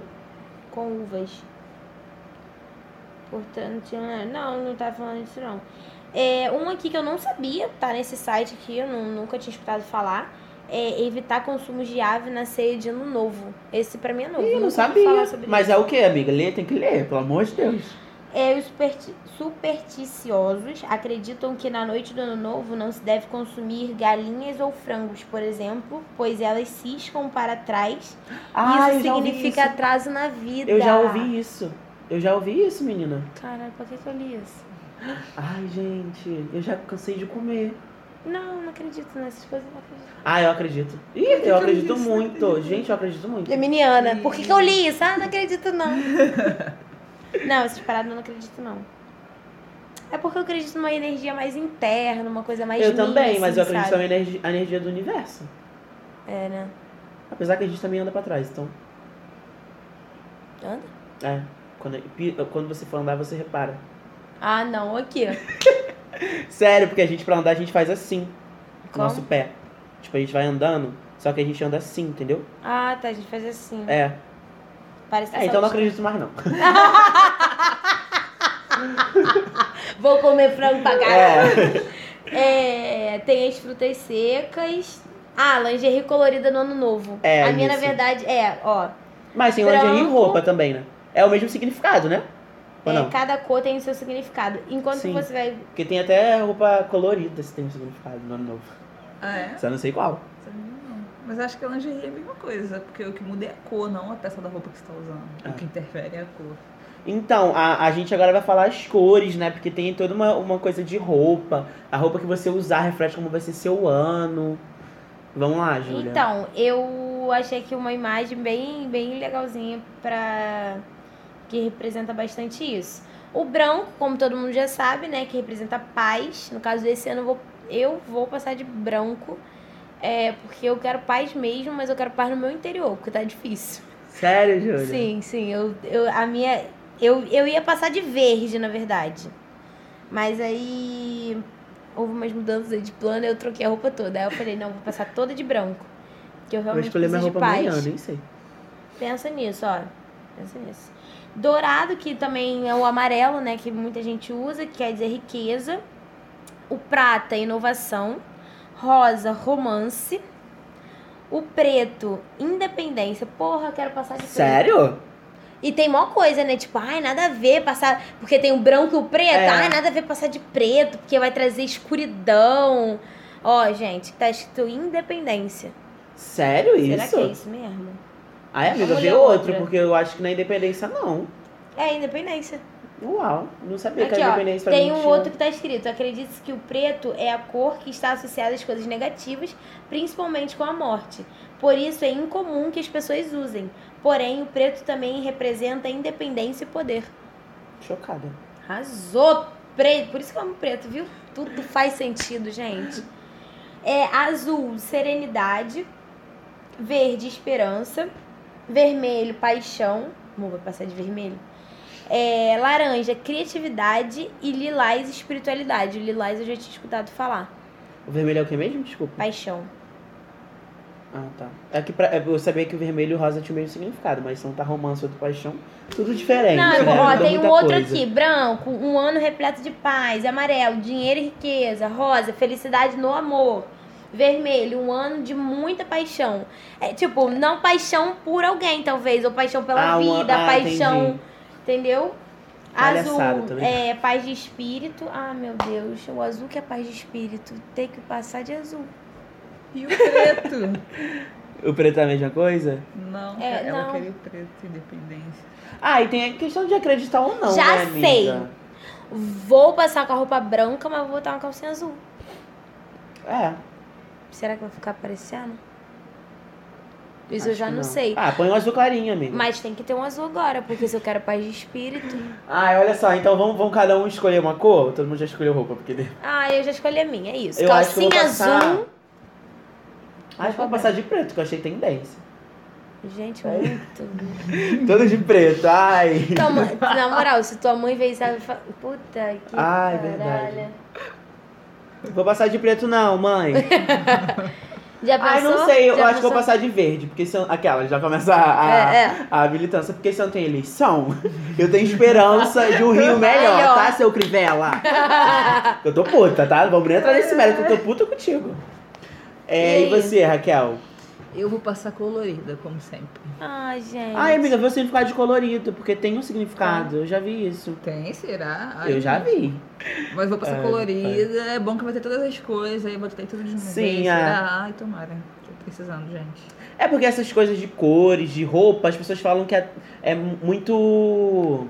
com uvas. Portanto, né, não, não tá falando isso não. É, um aqui que eu não sabia, tá nesse site aqui, eu nu- nunca tinha escutado falar. É evitar consumos de ave na ceia de ano novo. Esse pra mim é novo.
Ih,
nunca
não
ouvi
sabia.
falar sobre
Mas
isso.
é o que, amiga? Ler tem que ler, pelo amor de Deus.
É, os superti- supersticiosos acreditam que na noite do ano novo não se deve consumir galinhas ou frangos, por exemplo, pois elas ciscam para trás.
Ah,
isso
eu já ouvi
significa
isso.
atraso na vida.
Eu já ouvi isso. Eu já ouvi isso, menina.
Caralho, pra que, que eu li isso?
Ai, gente, eu já cansei de comer.
Não, não acredito nessas coisas, não acredito.
Ah, eu acredito. Ih, eu acredito muito. Gente, eu acredito
É
muito.
Geminiana, por que, que eu li isso? Ah, não acredito não. não, essas paradas eu não acredito não. É porque eu acredito numa energia mais interna, uma coisa mais
Eu
minha,
também,
assim,
mas eu acredito
sabe?
também na energi- a energia do universo.
É, né?
Apesar que a gente também anda pra trás, então.
Anda?
É. Quando, pi- quando você for andar, você repara.
Ah, não, aqui.
Sério, porque a gente pra andar a gente faz assim. com o
Como?
Nosso pé. Tipo, a gente vai andando, só que a gente anda assim, entendeu?
Ah, tá, a gente faz assim.
É.
Parece
É, então eu não acredito mais, não.
Vou comer frango pra caralho.
É.
É, tem as frutas secas. Ah, lingerie colorida no ano novo.
É,
A minha, na
isso.
verdade, é, ó.
Mas tem lingerie e
Branco.
roupa também, né? É o mesmo significado, né? Ou
é,
não?
cada cor tem o seu significado. Enquanto
Sim.
você vai.
Porque tem até roupa colorida se tem um significado no ano novo.
Ah, é?
Só não sei qual.
Sabe, não. Mas acho que a lingerie é a mesma coisa, porque o que muda é a cor, não a peça da roupa que você tá usando.
Ah.
O que interfere é a cor.
Então, a, a gente agora vai falar as cores, né? Porque tem toda uma, uma coisa de roupa. A roupa que você usar reflete como vai ser seu ano. Vamos lá, Júlia.
Então, eu achei aqui uma imagem bem, bem legalzinha pra. que representa bastante isso. O branco, como todo mundo já sabe, né? Que representa paz. No caso desse ano, eu vou, eu vou passar de branco. É, porque eu quero paz mesmo, mas eu quero paz no meu interior, porque tá difícil.
Sério, Júlia?
Sim, sim. Eu, eu, a minha, eu, eu ia passar de verde, na verdade. Mas aí houve umas mudanças aí de plano, eu troquei a roupa toda. Aí eu falei, não, vou passar toda de branco. Que eu
Vou
realmente
escolher
preciso
minha roupa
de paz.
amanhã, né? nem sei.
Pensa nisso, ó. Pensa nisso. Dourado, que também é o amarelo, né? Que muita gente usa, que quer dizer riqueza. O prata, inovação. Rosa, romance. O preto, independência. Porra, quero passar de preto.
Sério?
E tem mó coisa, né? Tipo, ai, nada a ver passar. Porque tem o branco e o preto.
É.
Ai, nada a ver passar de preto, porque vai trazer escuridão. Ó, gente, tá escrito independência.
Sério isso?
Será que é isso mesmo?
Ai, amiga,
Vamos
vê
ler
outro,
outra.
porque eu acho que na independência não.
É, independência.
Uau, não sabia
Aqui,
que a
ó.
independência pra
Tem
mim
um
tinha-
outro que tá escrito. Acredite-se que o preto é a cor que está associada às coisas negativas, principalmente com a morte. Por isso é incomum que as pessoas usem. Porém, o preto também representa independência e poder.
Chocada.
Arrasou! Pre- Por isso que eu amo preto, viu? Tudo faz sentido, gente. É azul, serenidade. Verde, esperança. Vermelho, paixão. Amor, vai passar de vermelho. É, laranja, criatividade. E lilás, espiritualidade. O lilás eu já tinha escutado falar.
O vermelho é o que mesmo? Desculpa.
Paixão.
Ah, tá. É que pra, é, eu sabia que o vermelho e o rosa tinham o mesmo significado, mas são tá romance ou paixão, tudo diferente. né?
Não, ó,
Muda
tem um
muita
outro
coisa.
aqui, branco, um ano repleto de paz, amarelo, dinheiro e riqueza, rosa, felicidade no amor, vermelho, um ano de muita paixão. É tipo, não paixão por alguém, talvez, ou paixão pela
Ah, um ano-
vida,
ah,
paixão,
entendi.
entendeu?
Palhaçada
Azul
também.
é paz de espírito. Ah, meu Deus, o azul que é paz de espírito, tem que passar de azul.
E o preto?
O preto é a mesma coisa?
não,
É,
cara, ela
não.
queria o preto, independência.
Ah, e tem a questão de acreditar ou não,
Já
né, amiga?
sei. Vou passar com a roupa branca, mas vou botar uma calcinha azul.
É.
Será que vai ficar aparecendo? Isso eu
acho
já
que
não, sei.
Ah, põe um azul clarinho, amiga.
Mas tem que ter um azul agora, porque se eu quero paz de espírito.
Ah, olha só, então vamos, vamos cada um escolher uma cor? Todo mundo já escolheu roupa, porque...
Ah, eu já escolhi a minha, é isso.
Eu acho que eu
Calcinha
vou passar...
azul.
Acho que eu vou passar de preto, que eu achei tendência.
Gente,
Aí.
muito.
Todo de preto, ai...
Tua mãe- na moral, se tua mãe vê isso, ela fala. Puta que.
Ah, é
caralho.
verdade. Vou passar de preto não, mãe.
Já pensou?
Ai, não sei, eu
Já
acho que eu vou
pensou?
passar de verde, porque se eu... Aquela, já começa a, a,
É, é.
a militância, porque se eu não tenho eleição, eu tenho esperança de um Rio melhor,
Melhor.
tá, seu Crivella?
é.
Eu tô puta, tá? Vamos nem entrar nesse mérito, eu tô puta contigo. É,
E
e, você, Raquel?
Eu vou passar colorida, como sempre.
Ai, gente.
Ai, amiga, vê o significado de colorido, porque tem um significado, eu já vi isso.
Tem, será? Ai,
Eu já vi.
Mas vou passar
É,
colorida, é bom que vai ter todas as cores, aí eu vou ter tudo de uma
Sim,
vez,
é.
será? Ai, tomara. Tô precisando, gente.
É porque essas coisas de cores, de roupa, as pessoas falam que é, é muito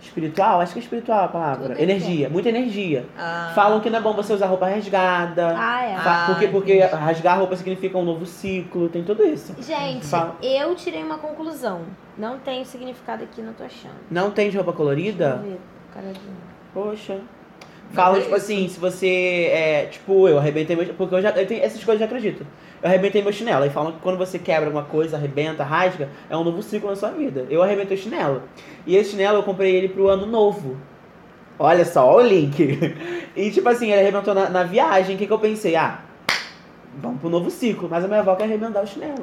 espiritual, acho que é espiritual a palavra.
Tudo bem,
energia, muita energia.
Ah,
Falam que não é bom você usar roupa rasgada.
Ah, é.
Fa-
Ah,
porque porque
entendi.
rasgar a roupa significa um novo ciclo, tem tudo isso.
Gente,
Fala.
eu tirei uma conclusão. Não tem significado aqui, não tô achando.
Não tem de roupa
Deixa eu
colorida?
ver, cara de-
Poxa.
Mas
Falam,
é
tipo
isso.
assim, se você é, tipo, eu arrebentei meu porque eu já eu tenho, essas coisas eu já acredito. Eu arrebentei meu chinelo. E falam que quando você quebra alguma coisa, arrebenta, rasga, é um novo ciclo na sua vida. Eu arrebentei o chinelo. E esse chinelo eu comprei ele pro ano novo. Olha só, olha o link. E tipo assim, ele arrebentou na, na viagem. O que, que eu pensei? Ah, vamos pro novo ciclo. Mas a minha avó quer arrebentar o chinelo.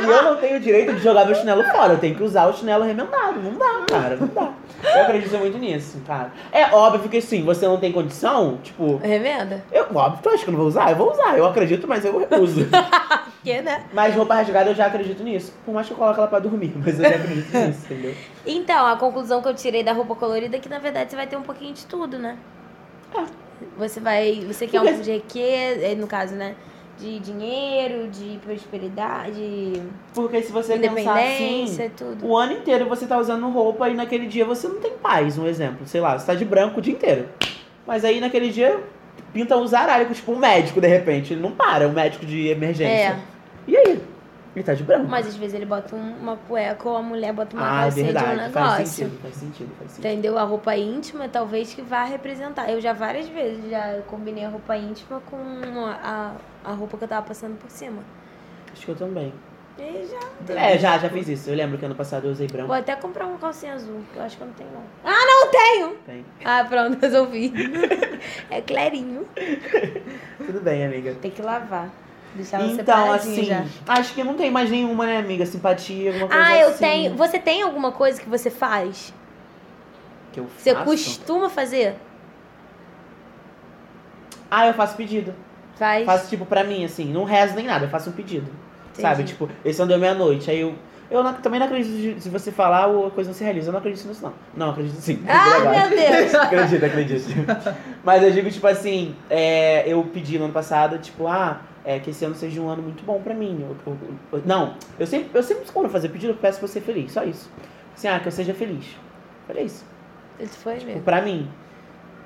e eu não tenho o direito de jogar meu chinelo fora. Eu tenho que usar o chinelo arrebentado. Não dá, cara, não dá. Eu acredito muito nisso, cara. É óbvio que sim, você não tem condição, tipo.
Revenda?
Eu, óbvio, tu acha que eu não vou usar? Eu vou usar, eu acredito, mas eu recuso.
Que, né?
mas roupa rasgada eu já acredito nisso. Por mais que eu coloque ela pra dormir, mas eu já acredito nisso, entendeu?
Então, a conclusão que eu tirei da roupa colorida é que, na verdade, você vai ter um pouquinho de tudo, né?
Ah.
Você vai. Você quer um pouco de riqueza, eh, no caso, né? De dinheiro, de prosperidade,
Porque se você pensar assim.
independência, tudo.
O ano inteiro você tá usando roupa e naquele dia você não tem paz, um exemplo. Sei lá, você tá de branco o dia inteiro. Mas aí naquele dia pinta um zaralho, tipo um médico, de repente. Ele não para, é um médico de emergência.
É,
E aí? Ele tá de branco.
mas às vezes ele bota um- uma cueca ou a mulher bota uma
ah, é
calcinha
verdade.
de um
faz
negócio.
sentido, faz sentido, faz sentido.
Entendeu? A roupa íntima talvez que vá representar. Eu já várias vezes já combinei a roupa íntima com a, a roupa que eu tava passando por cima.
Acho que eu também.
E já.
É, já, já fiz isso. Eu lembro que ano passado eu usei branco.
Vou até comprar uma calcinha azul, que eu acho que eu não tenho não. Ah, não tenho!
Tem.
Ah, pronto, resolvi. é clarinho.
Tudo bem, amiga.
Tem que lavar. Deixar ela
Então,
separadinha
assim,
já.
acho que não tem mais nenhuma, né, amiga? Simpatia, alguma coisa
Ah, eu
assim.
tenho. Você tem alguma coisa que você faz?
Que eu
Você
faço?
costuma fazer?
Ah, eu faço pedido.
Faz.
Faço, tipo, pra mim, assim. Não rezo nem nada, eu faço um pedido.
Entendi.
Sabe? Tipo, esse andou meia-noite. Aí eu. Eu não- também não acredito de- se você falar, o- a coisa não se realiza. Eu não acredito nisso, não. Não, acredito sim.
Ah,
Agora.
meu Deus!
acredito, acredito. Mas eu digo, tipo assim, é, eu pedi no ano passado, tipo, ah, é, que esse ano seja um ano muito bom pra mim. Eu- eu- eu- não, eu sempre, eu sempre quando eu fazer pedido, eu peço pra eu ser feliz, só isso. Assim, ah, que eu seja feliz. Falei é isso.
Isso foi
Tipo,
mesmo.
pra mim.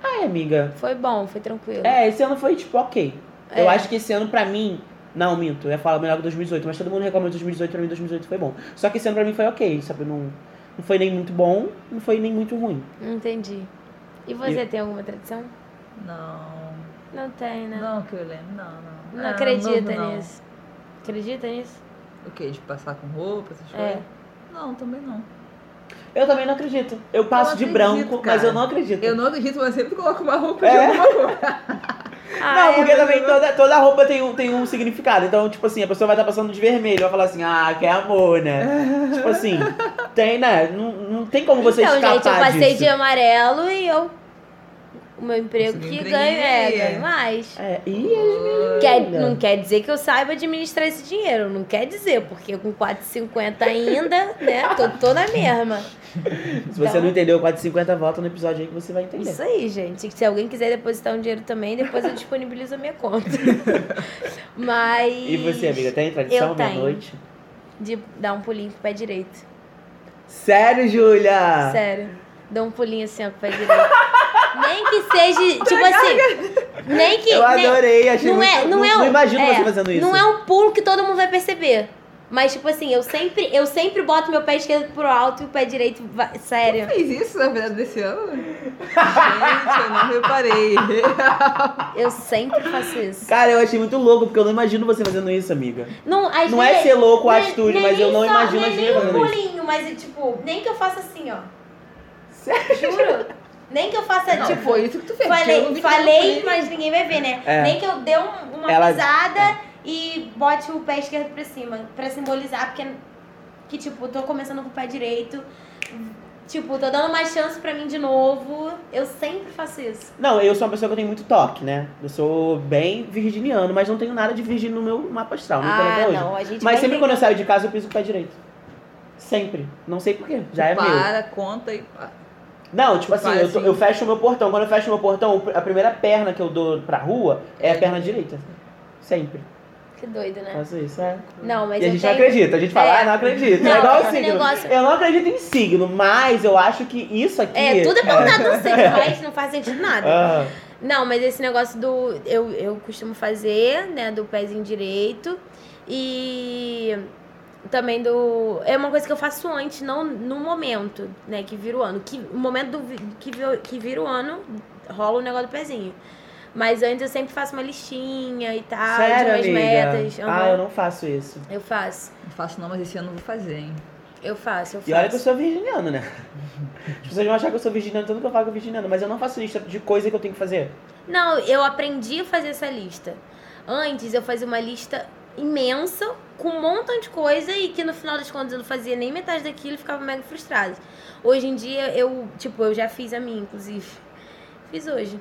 Ai, amiga.
Foi bom, foi tranquilo.
É, esse ano foi, tipo, ok.
É.
Eu acho que esse ano pra mim. Não, minto, eu ia falar melhor que 2018, mas todo mundo reclama de 2018, pra mim 2018 foi bom. Só que esse ano pra mim foi ok, sabe? Não, não foi nem muito bom, não foi nem muito ruim.
Entendi. E você tem alguma tradição?
Não.
Não tem, né?
Não, que eu lembro, não, não.
Não
Ah,
acredita
novo, não.
nisso. Acredita nisso?
O quê? De passar com roupa, essas
É.
coisas? Não, também não.
Eu também não acredito. Eu passo de
acredito,
branco, mas
cara.
eu não acredito.
Eu não acredito, mas sempre coloco uma roupa
É.
de alguma coisa.
Não, porque
é, mas
também
eu-
toda, toda roupa tem um, tem um significado. Então, tipo assim, a pessoa vai estar passando de vermelho, vai falar assim, ah, que amor, né? tipo assim, tem, né? Não, não tem como você
Então,
escapar
gente, eu passei
disso.
de amarelo e eu. O meu emprego
Conseguiu
que
um
ganho é,
empreguinho aí, é.
ganho mais.
É, e
Quer-
Olha.
não quer dizer que eu saiba administrar esse dinheiro, não quer dizer, porque com 4,50 ainda, né? Tô, tô na mesma.
se você
Então-
não entendeu 450, volta no episódio aí que você vai entender.
Isso aí, gente. Se alguém quiser depositar um dinheiro também, depois eu disponibilizo a minha conta. Mas.
E você, amiga, tem tradição
Eu tenho.
meia-noite?
De dar um pulinho com o pé direito.
Sério, Júlia?
Sério. Dou um pulinho assim, ó, com o pé direito. nem que seja. Tipo assim. Nem que.
Eu
nem-
adorei, achei
não
muito...
é- não é
não
um-
imagino
é,
você fazendo isso.
Não é um pulo que todo mundo vai perceber. Mas, tipo assim, eu sempre, eu sempre boto meu pé esquerdo pro alto e o pé direito vai. Sério.
Fez isso na verdade desse ano? Gente, eu não reparei.
Eu sempre faço isso.
Cara, eu achei muito louco, porque eu não imagino você fazendo isso, amiga.
Não, às
Não é
vezes-
ser louco a
nem-
atitude,
nem-
mas eu
nem
não
só-
imagino
nem-
a Júlia
Nem um
fazendo isso.
pulinho, mas é tipo, nem que eu faça assim, ó.
Sério?
Juro. Nem que eu faça,
Não,
tipo.
foi isso que tu fez. porque eu
Falei,
não vi que tu
falei
fez.
mas ninguém vai ver, né?
É.
Nem que eu dê um- uma
Ela-
pisada e bote o pé esquerdo pra cima. Pra simbolizar, porque que, tipo, tô começando com o pé direito. Tipo, tô dando uma chance pra mim de novo. Eu sempre faço isso.
Não, eu sou uma pessoa que eu tenho muito toque, né? Eu sou bem virginiano, mas não tenho nada de virgem no meu mapa astral, não
Ah,
tenho Tá até hoje.
a gente
Mas
vai
sempre
ter-
quando eu saio de casa, eu piso com o pé direito. Sempre. Não sei porquê. Já é meu.
Para, conta Ah, e.
Não, tipo
Tu
assim,
para
eu, tô-
assim.
eu fecho o meu portão. Quando eu fecho o meu portão, a primeira perna que eu dou pra rua é a perna direita. Sempre.
Que doido, né?
Faço isso, é.
Não, mas
e a
eu
gente não
tenho...
acredita, a gente fala,
É.
ah, não acredito. é
Não,
igual o
esse
signo.
negócio-
Eu não acredito em signo, mas eu acho que isso aqui.
É, tudo é pautado no sexo, mas não faz sentido nada.
Ah,
Não, mas esse negócio do. Eu, eu costumo fazer, né? Do pezinho direito. E também do. É uma coisa que eu faço antes, não no momento, né? Que vira o ano. Que, o momento do, vi- que, vi- que vira o ano, rola o negócio do pezinho. Mas antes eu sempre faço uma listinha e tal,
sério,
Ah, de umas
amiga?
metas.
Ah,
Aham.
eu não faço isso.
Eu faço,
Não faço não, mas esse ano eu vou fazer, hein?
eu faço, eu faço.
E olha que eu sou virginiano, né? As pessoas vão achar que eu sou virginiano, tanto que eu falo é que eu sou virginiano, mas eu não faço lista de coisa que eu tenho que fazer.
Não, eu aprendi a fazer essa lista. Antes eu fazia uma lista imensa, com um montão de coisa, e que no final das contas eu não fazia nem metade daquilo e ficava mega frustrada. Hoje em dia eu, tipo, eu já fiz a minha, inclusive. Fiz hoje.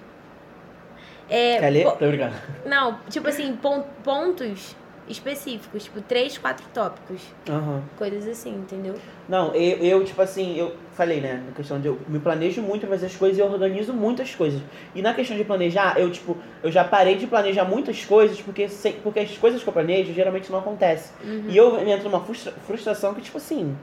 É,
Quer ler?
po-
Tô brincando.
não, tipo assim, pon- pontos específicos, tipo, três, quatro tópicos.
Aham.
Coisas assim, entendeu?
Não, eu, eu, tipo assim, eu falei, né? Na questão de eu me planejo muito pra fazer as coisas e eu organizo muitas coisas. E na questão de planejar, eu, tipo, eu já parei de planejar muitas coisas porque, se- porque as coisas que eu planejo geralmente não acontecem.
Uhum.
E eu entro numa frustra- frustração que, tipo assim,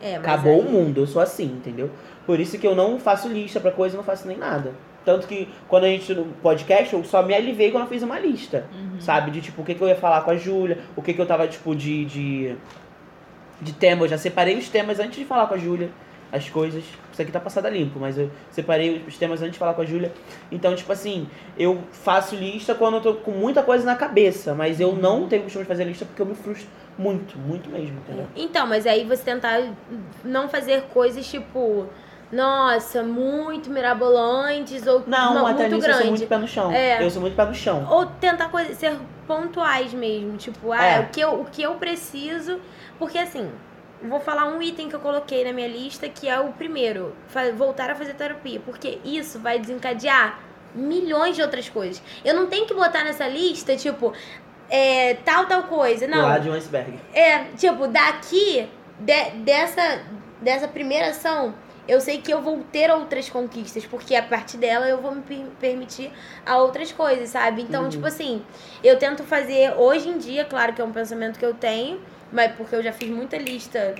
É, mas
acabou
aí-
o mundo, eu sou assim, entendeu? Por isso que eu não faço lista pra coisa, não faço nem nada. Tanto que quando a gente no podcast, eu só me alivei quando eu fiz uma lista.
Uhum.
Sabe? De tipo, o que, que eu ia falar com a Júlia, o que, que eu tava, tipo, de, de. de tema. Eu já separei os temas antes de falar com a Júlia. As coisas. Isso aqui tá passada limpo, mas eu separei os temas antes de falar com a Júlia. Então, tipo assim, eu faço lista quando eu tô com muita coisa na cabeça, mas eu não tenho costume de fazer lista porque eu me frustro muito, muito mesmo, entendeu?
Então, mas aí você tentar não fazer coisas tipo, nossa, muito mirabolantes ou
Não,
mu-
até nisso
muito
eu sou
grande.
muito pé no chão.
É.
Eu sou muito pé no chão.
Ou tentar coisa- ser pontuais mesmo, tipo, ah,
É.
o, que eu, o que eu preciso. Porque assim, vou falar um item que eu coloquei na minha lista, que é o primeiro, fa- voltar a fazer terapia. Porque isso vai desencadear milhões de outras coisas. Eu não tenho que botar nessa lista, tipo, é, tal, tal coisa.
Do
Não,
lado de um iceberg.
é, tipo, daqui, de- dessa, dessa primeira ação, eu sei que eu vou ter outras conquistas, porque a partir dela eu vou me per- permitir a outras coisas, sabe? Então,
Uhum.
tipo assim, eu tento fazer hoje em dia, claro que é um pensamento que eu tenho, mas porque eu já fiz muita lista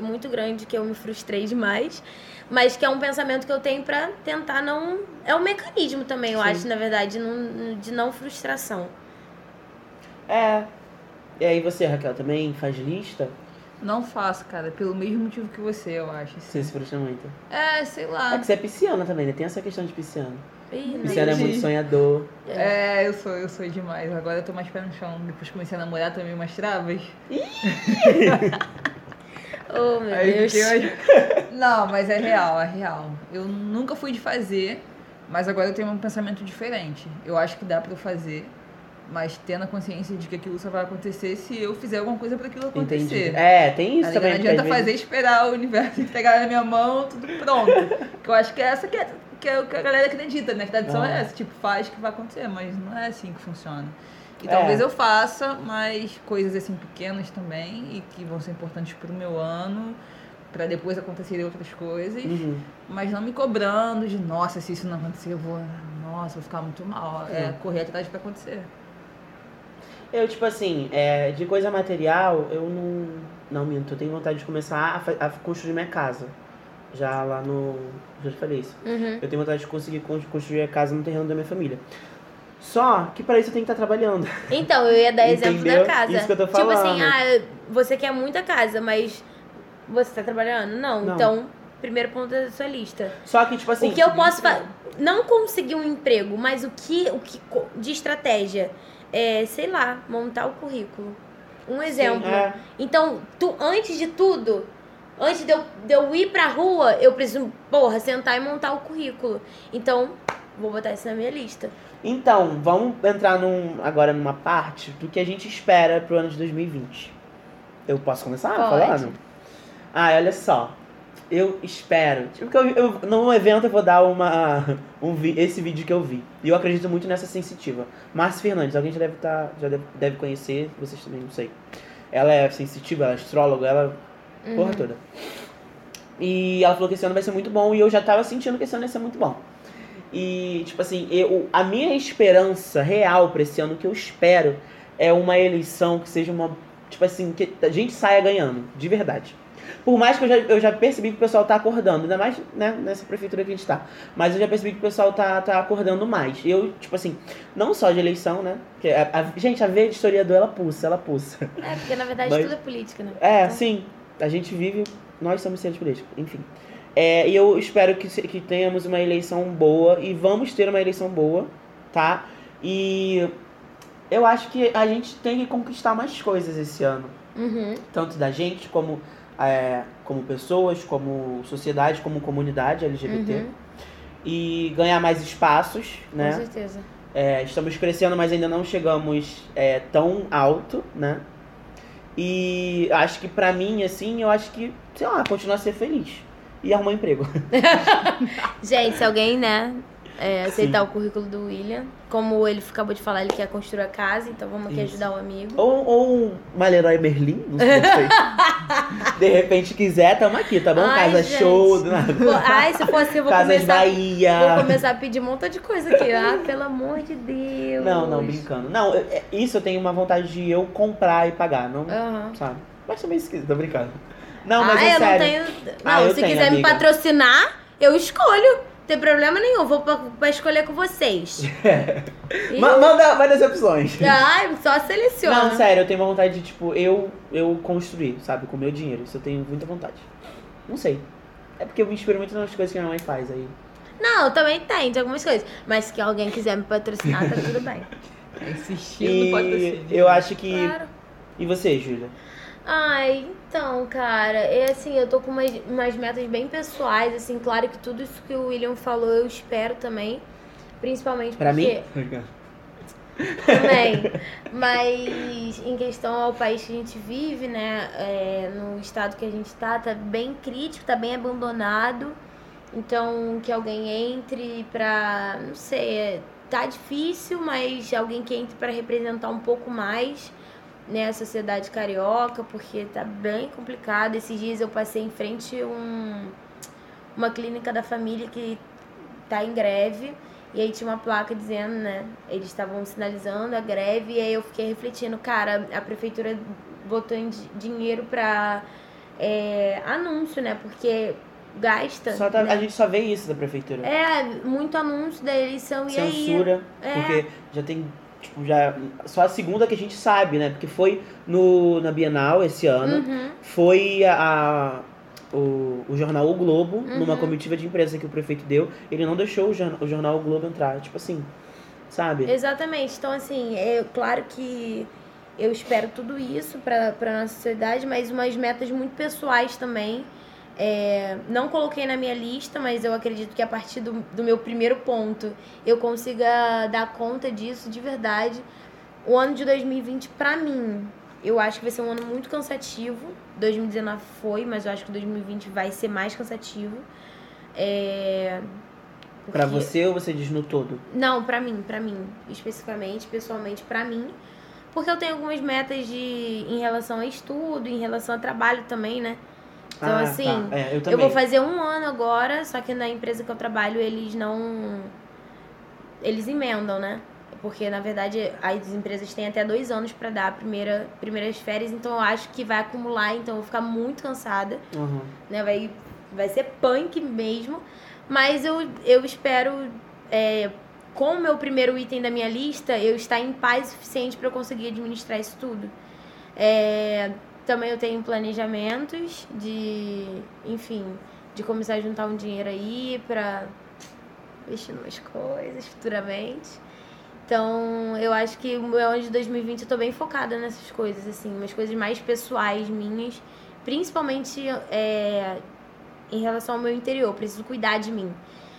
muito grande que eu me frustrei demais, mas que é um pensamento que eu tenho pra tentar não é um mecanismo também, eu
Sim.
acho, na verdade, não- de não frustração.
É. E aí você, Raquel, também faz lista?
Não faço, cara, pelo mesmo motivo que você, eu acho. assim.
Você se frustra muito.
É, sei
É
lá.
que você é pisciana também, né? Tem essa questão de pisciano.
Ih, não.
Pisciano é muito
Hum. Entendi.
sonhador.
É, eu sou, eu sou demais. Agora eu tô mais pé no chão. Depois que comecei a namorar também umas travas.
Oh, meu
Aí
Deus.
fiquei mais- Não, mas é real, é real. Eu nunca fui de fazer. Mas agora eu tenho um pensamento diferente. Eu acho que dá pra eu fazer, mas tendo a consciência de que aquilo só vai acontecer se eu fizer alguma coisa pra aquilo acontecer.
Entendi. É, tem isso
Tá ligado?
também.
não
porque às
adianta fazer e esperar o universo entregar na minha mão, tudo pronto. que eu acho que é essa que é, que é o que a galera acredita, né? Que a tradição
Ah.
é essa, tipo, faz que vai acontecer, mas não é assim que funciona. E
É.
talvez eu faça, mas coisas assim pequenas também, e que vão ser importantes pro meu ano, pra depois acontecerem outras coisas,
vezes- Uhum.
mas não me cobrando de, nossa, se isso não acontecer, eu vou, nossa, vou ficar muito mal. É,
Sim.
correr atrás pra acontecer.
Eu, tipo assim, é, de coisa material, eu não. Não, minto, eu tenho vontade de começar a, fa- a construir minha casa. Já lá no. Já te falei isso.
Uhum.
Eu tenho vontade de conseguir con- construir a casa no terreno da minha família. Só que pra isso eu tenho que estar trabalhando.
Então, eu ia dar exemplo
Entendeu?
da casa.
Isso que eu tô
Tipo assim,
falando.
ah, você quer muita casa, mas você tá trabalhando? Não.
Não.
Então, primeiro ponto da sua lista.
Só que, tipo assim.
o que eu posso fazer? Não conseguir um emprego, mas o que, o que co- de estratégia? É, sei lá, montar o currículo. Um exemplo.
É,
Então, tu, antes de tudo, antes de eu, de eu ir pra rua, eu preciso, porra, sentar e montar o currículo. Então, vou botar isso na minha lista.
Então, vamos entrar num, agora numa parte do que a gente espera pro ano de 2020. Eu posso começar
Pode.
falando? Ah, olha só. Eu espero. Tipo, que eu, eu, num evento eu vou dar uma. Um vi- esse vídeo que eu vi. E eu acredito muito nessa sensitiva. Márcia Fernandes, alguém já deve, tá, já deve, deve conhecer, vocês também, não sei. Ela é sensitiva, ela é astróloga, ela
Uhum.
porra toda. E ela falou que esse ano vai ser muito bom e eu já tava sentindo que esse ano ia ser muito bom. E, tipo assim, eu, a minha esperança real pra esse ano, o que eu espero, é uma eleição que seja uma. Tipo assim, que a gente saia ganhando, de verdade. Por mais que eu já, eu já percebi que o pessoal tá acordando, ainda mais né, nessa prefeitura que a gente tá. Mas eu já percebi que o pessoal tá, tá acordando mais. Eu, tipo assim, não só de eleição, né? Porque a- a- gente, a veia de historiador, ela pulsa, ela pulsa.
É, porque na verdade
Mas-
tudo é política, né?
É,
Então,
sim. A gente vive, nós somos seres políticos, enfim. É, e eu espero que, se- que tenhamos uma eleição boa e vamos ter uma eleição boa, tá? E eu acho que a gente tem que conquistar mais coisas esse ano
Uhum.
tanto da gente como, é, como pessoas, como sociedade, como comunidade LGBT.
Uhum.
E ganhar mais espaços,
Com
né?
certeza.
É, estamos crescendo, mas ainda não chegamos é, tão alto, né? E acho que pra mim, assim, eu acho que, sei lá, continuar a ser feliz. E arrumar um emprego.
Gente, se alguém, né, é, aceitar
Sim.
o currículo do William, como ele acabou de falar, ele quer construir a casa, então vamos aqui
Isso.
ajudar o amigo.
Ou, ou um Malerói Berlim, não sei o que sei. De repente quiser, tamo aqui, tá bom?
Ai,
Casa
gente.
show, do nada.
Pô, Ai, se fosse, assim, eu vou
Casas
começar.
Bahia.
Vou começar a pedir um montão de coisa aqui. Ah, pelo amor de Deus.
Não, não, brincando. Não, eu- é- isso eu tenho uma vontade de eu comprar e pagar, não,
Aham.
sabe? Mas também esquisito, tô brincando. Não, mas
ah,
é
eu
sério.
não tenho.
Ah,
Não,
eu
se
tenho,
quiser me
amiga.
patrocinar, eu escolho. Não tem problema nenhum. Vou pra, pra escolher com vocês. E-
É. Ma- manda várias opções.
Ai, só seleciona.
Não, sério, eu tenho uma vontade de, tipo, eu, eu construir, sabe? Com o meu dinheiro. Isso eu tenho muita vontade. Não sei. É porque eu me inspiro muito nas coisas que minha mãe faz aí.
Não, também tem de algumas coisas. Mas se alguém quiser me patrocinar, tá tudo bem.
É insistir no
E
patrocínio.
eu acho que.
Claro.
E você, Júlia?
Ai, então, cara, é assim, eu tô com umas, umas metas bem pessoais, assim, claro que tudo isso que o William falou eu espero também. Principalmente
Pra
porque.
mim?
Também. Mas em questão ao país que a gente vive, né? é, no estado que a gente tá, tá bem crítico, tá bem abandonado. Então, que alguém entre pra. Não sei, é, tá difícil, mas alguém que entre pra representar um pouco mais né, a sociedade carioca, porque tá bem complicado. Esses dias eu passei em frente a um, uma clínica da família que tá em greve. E aí tinha uma placa dizendo, né? Eles estavam sinalizando a greve e aí eu fiquei refletindo, cara, a prefeitura botou em di- dinheiro pra é, anúncio, né? Porque gasta.
Só tá-
né?
a gente só vê isso da prefeitura.
É, muito anúncio da eleição e aí.
Censura.
É.
Porque já tem, tipo, já. Só a segunda que a gente sabe, né? Porque foi no, na Bienal esse ano.
Uhum.
Foi a. O, o jornal O Globo,
Uhum.
numa comitiva de imprensa que o prefeito deu, ele não deixou o, jorna- o jornal O Globo entrar. Tipo assim, sabe?
Exatamente. Então, assim, é claro que eu espero tudo isso pra, pra nossa sociedade, mas umas metas muito pessoais também. É, não coloquei na minha lista, mas eu acredito que a partir do, do meu primeiro ponto eu consiga dar conta disso de verdade. O ano de 2020, pra mim, eu acho que vai ser um ano muito cansativo. 2019 foi, mas eu acho que 2020 vai ser mais cansativo. É,
Pra
porque-
você ou você diz no todo?
não, pra mim, pra mim, especificamente, pessoalmente, pra mim, porque eu tenho algumas metas de em relação a estudo, em relação a trabalho também, né? Então,
Ah,
assim,
tá. É, eu também.
eu vou fazer um ano agora, só que na empresa que eu trabalho eles não. Eles emendam, né? Porque, na verdade, as empresas têm até dois anos pra dar a primeira, primeiras férias, então eu acho que vai acumular, então eu vou ficar muito cansada
Uhum.
né? Vai, vai ser punk mesmo. Mas eu, eu espero, é, com o meu primeiro item da minha lista, eu estar em paz o suficiente para eu conseguir administrar isso tudo. É, também eu tenho planejamentos de, enfim, de começar a juntar um dinheiro aí pra investir em umas coisas futuramente. Então, eu acho que o meu ano de 2020 eu tô bem focada nessas coisas, assim, umas coisas mais pessoais minhas principalmente é, em relação ao meu interior. eu Preciso cuidar de mim.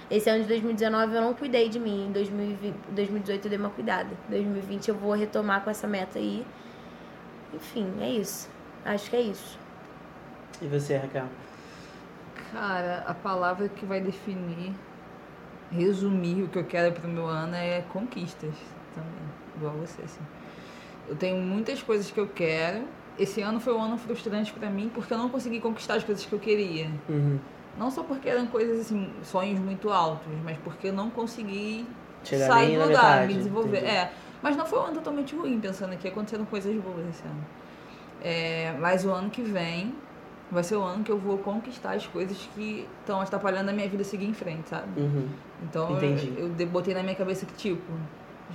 Esse ano de 2019 eu não cuidei de mim. Em 2020, 2018 eu dei uma cuidada. 2020 eu vou retomar com essa meta aí. Enfim, é isso. Acho que é isso.
E você, Raquel?
Cara, a palavra que vai definir, resumir o que eu quero pro meu ano é conquistas também, igual você, assim. Eu tenho muitas coisas que eu quero. Esse ano foi um ano frustrante pra mim porque eu não consegui conquistar as coisas que eu queria.
Uhum.
Não só porque eram coisas assim, sonhos muito altos, mas porque eu não consegui
Chegar
sair
bem
do
na
lugar,
metade,
me desenvolver.
entendi.
É, mas não foi um ano totalmente ruim, pensando aqui, aconteceram coisas boas esse ano. É, mas o ano que vem vai ser o ano que eu vou conquistar as coisas que estão atrapalhando a minha vida seguir em frente, sabe?
Uhum.
Então
Entendi.
eu, eu de- botei na minha cabeça que, tipo,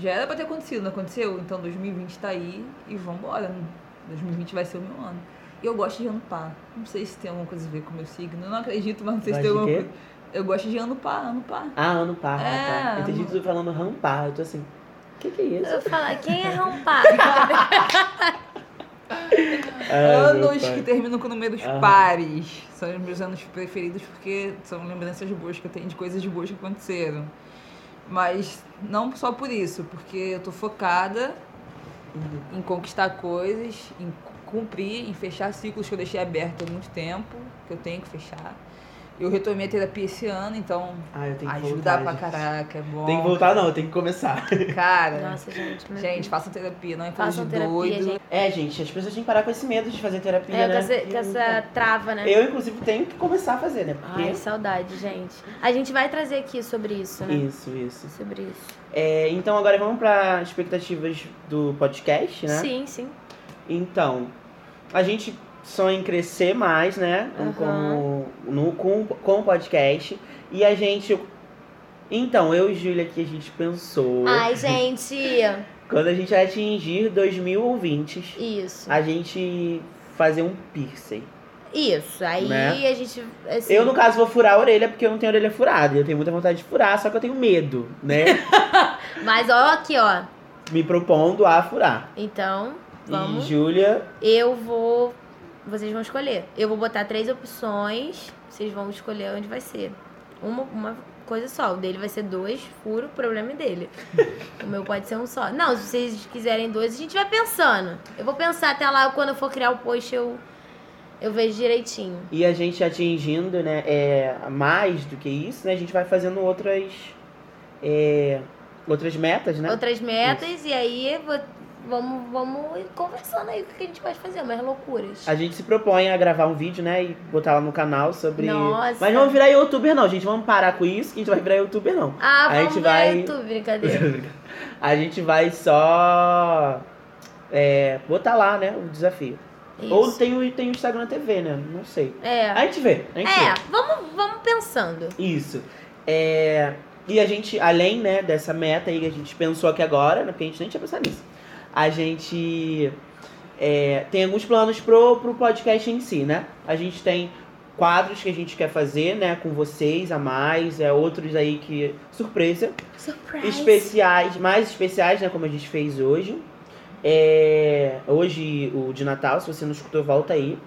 já era pra ter acontecido, não aconteceu? Então 2020 tá aí e vambora. 2020 vai ser o meu ano. E eu gosto de ano par. Não sei se tem alguma coisa a ver com o meu signo. Eu não acredito, mas não sei
Gosta
se tem
de
alguma
quê?
coisa. Eu gosto de ano par, ano par.
Ah, ano par,
É,
tá. Eu entendi
ano-
tudo falando rampar. Eu tô assim, o que que é isso?
Eu vou falar, quem é rampado?
Ai, meu
anos
pai.
que terminam com números
Aham.
pares. São os meus anos preferidos porque são lembranças boas que eu tenho de coisas boas que aconteceram. Mas não só por isso, porque eu tô focada
Uhum.
em conquistar coisas, em cumprir, em fechar ciclos que eu deixei aberto há muito tempo, que eu tenho que fechar. Eu retomei a terapia esse ano, então
Ah, eu tenho que
ajudar pra
voltar. gente.
caraca, é bom.
Tem que voltar não, tem que começar.
Cara,
Nossa, gente. mas-
gente, façam terapia, não é coisa
façam
de
terapia,
doido.
gente.
É, gente, as pessoas têm que parar com esse medo de fazer terapia,
É,
né?
com essa, com essa Ah, trava, né?
Eu, inclusive, tenho que começar a fazer, né? Porque...
Ai, saudade, gente. A gente vai trazer aqui sobre isso, né?
Isso, isso.
Sobre isso.
É, então agora vamos para expectativas do podcast, né?
Sim, sim.
Então, a gente sonha em crescer mais, né?
Aham.
Como, no, com, com o podcast. E a gente. Então, eu e Júlia aqui, a gente pensou.
Ai, gente.
Quando a gente atingir 2 mil ouvintes,
Isso.
a gente fazer um piercing.
Isso, aí
Né?
a gente. assim,
Eu, no caso, vou furar a orelha porque eu não tenho orelha furada. Eu tenho muita vontade de furar, só que eu tenho medo, né?
Mas ó, aqui, ó.
Me propondo a furar.
Então, vamos.
E Júlia,
Eu vou. Vocês vão escolher. Eu vou botar três opções. Vocês vão escolher onde vai ser. Uma, uma coisa só. O dele vai ser dois, furo, o problema é dele. o meu pode ser um só. Não, se vocês quiserem dois, a gente vai pensando. Eu vou pensar até lá, quando eu for criar o post, eu, eu vejo direitinho.
E a gente atingindo, né, é, mais do que isso, né, a gente vai fazendo outras, é, outras metas, né?
outras metas e aí vo- vamos, vamos ir conversando aí o que a gente pode fazer, umas loucuras.
A gente se propõe a gravar um vídeo, né, e botar lá no canal sobre...
Nossa.
Mas não vamos virar youtuber não, gente, vamos parar com isso, que a gente vai virar youtuber não.
Ah,
a
vamos
gente
ver
vai-
o YouTube, brincadeira.
a gente vai só é, botar lá, né, o desafio.
Isso.
Ou tem o, tem o Instagram TV, né, não sei.
É.
A gente vê, a gente vê.
É, vamos, vamos pensando.
Isso. É, E a gente, além né, dessa meta aí que a gente pensou aqui agora, né, porque a gente nem tinha pensado nisso, a gente é, tem alguns planos pro, pro podcast em si, né? A gente tem quadros que a gente quer fazer, né, com vocês a mais, é, outros aí que. surpresa.
Surprise.
Especiais, mais especiais, né, como a gente fez hoje. É, hoje, o de Natal, se você não escutou, volta aí.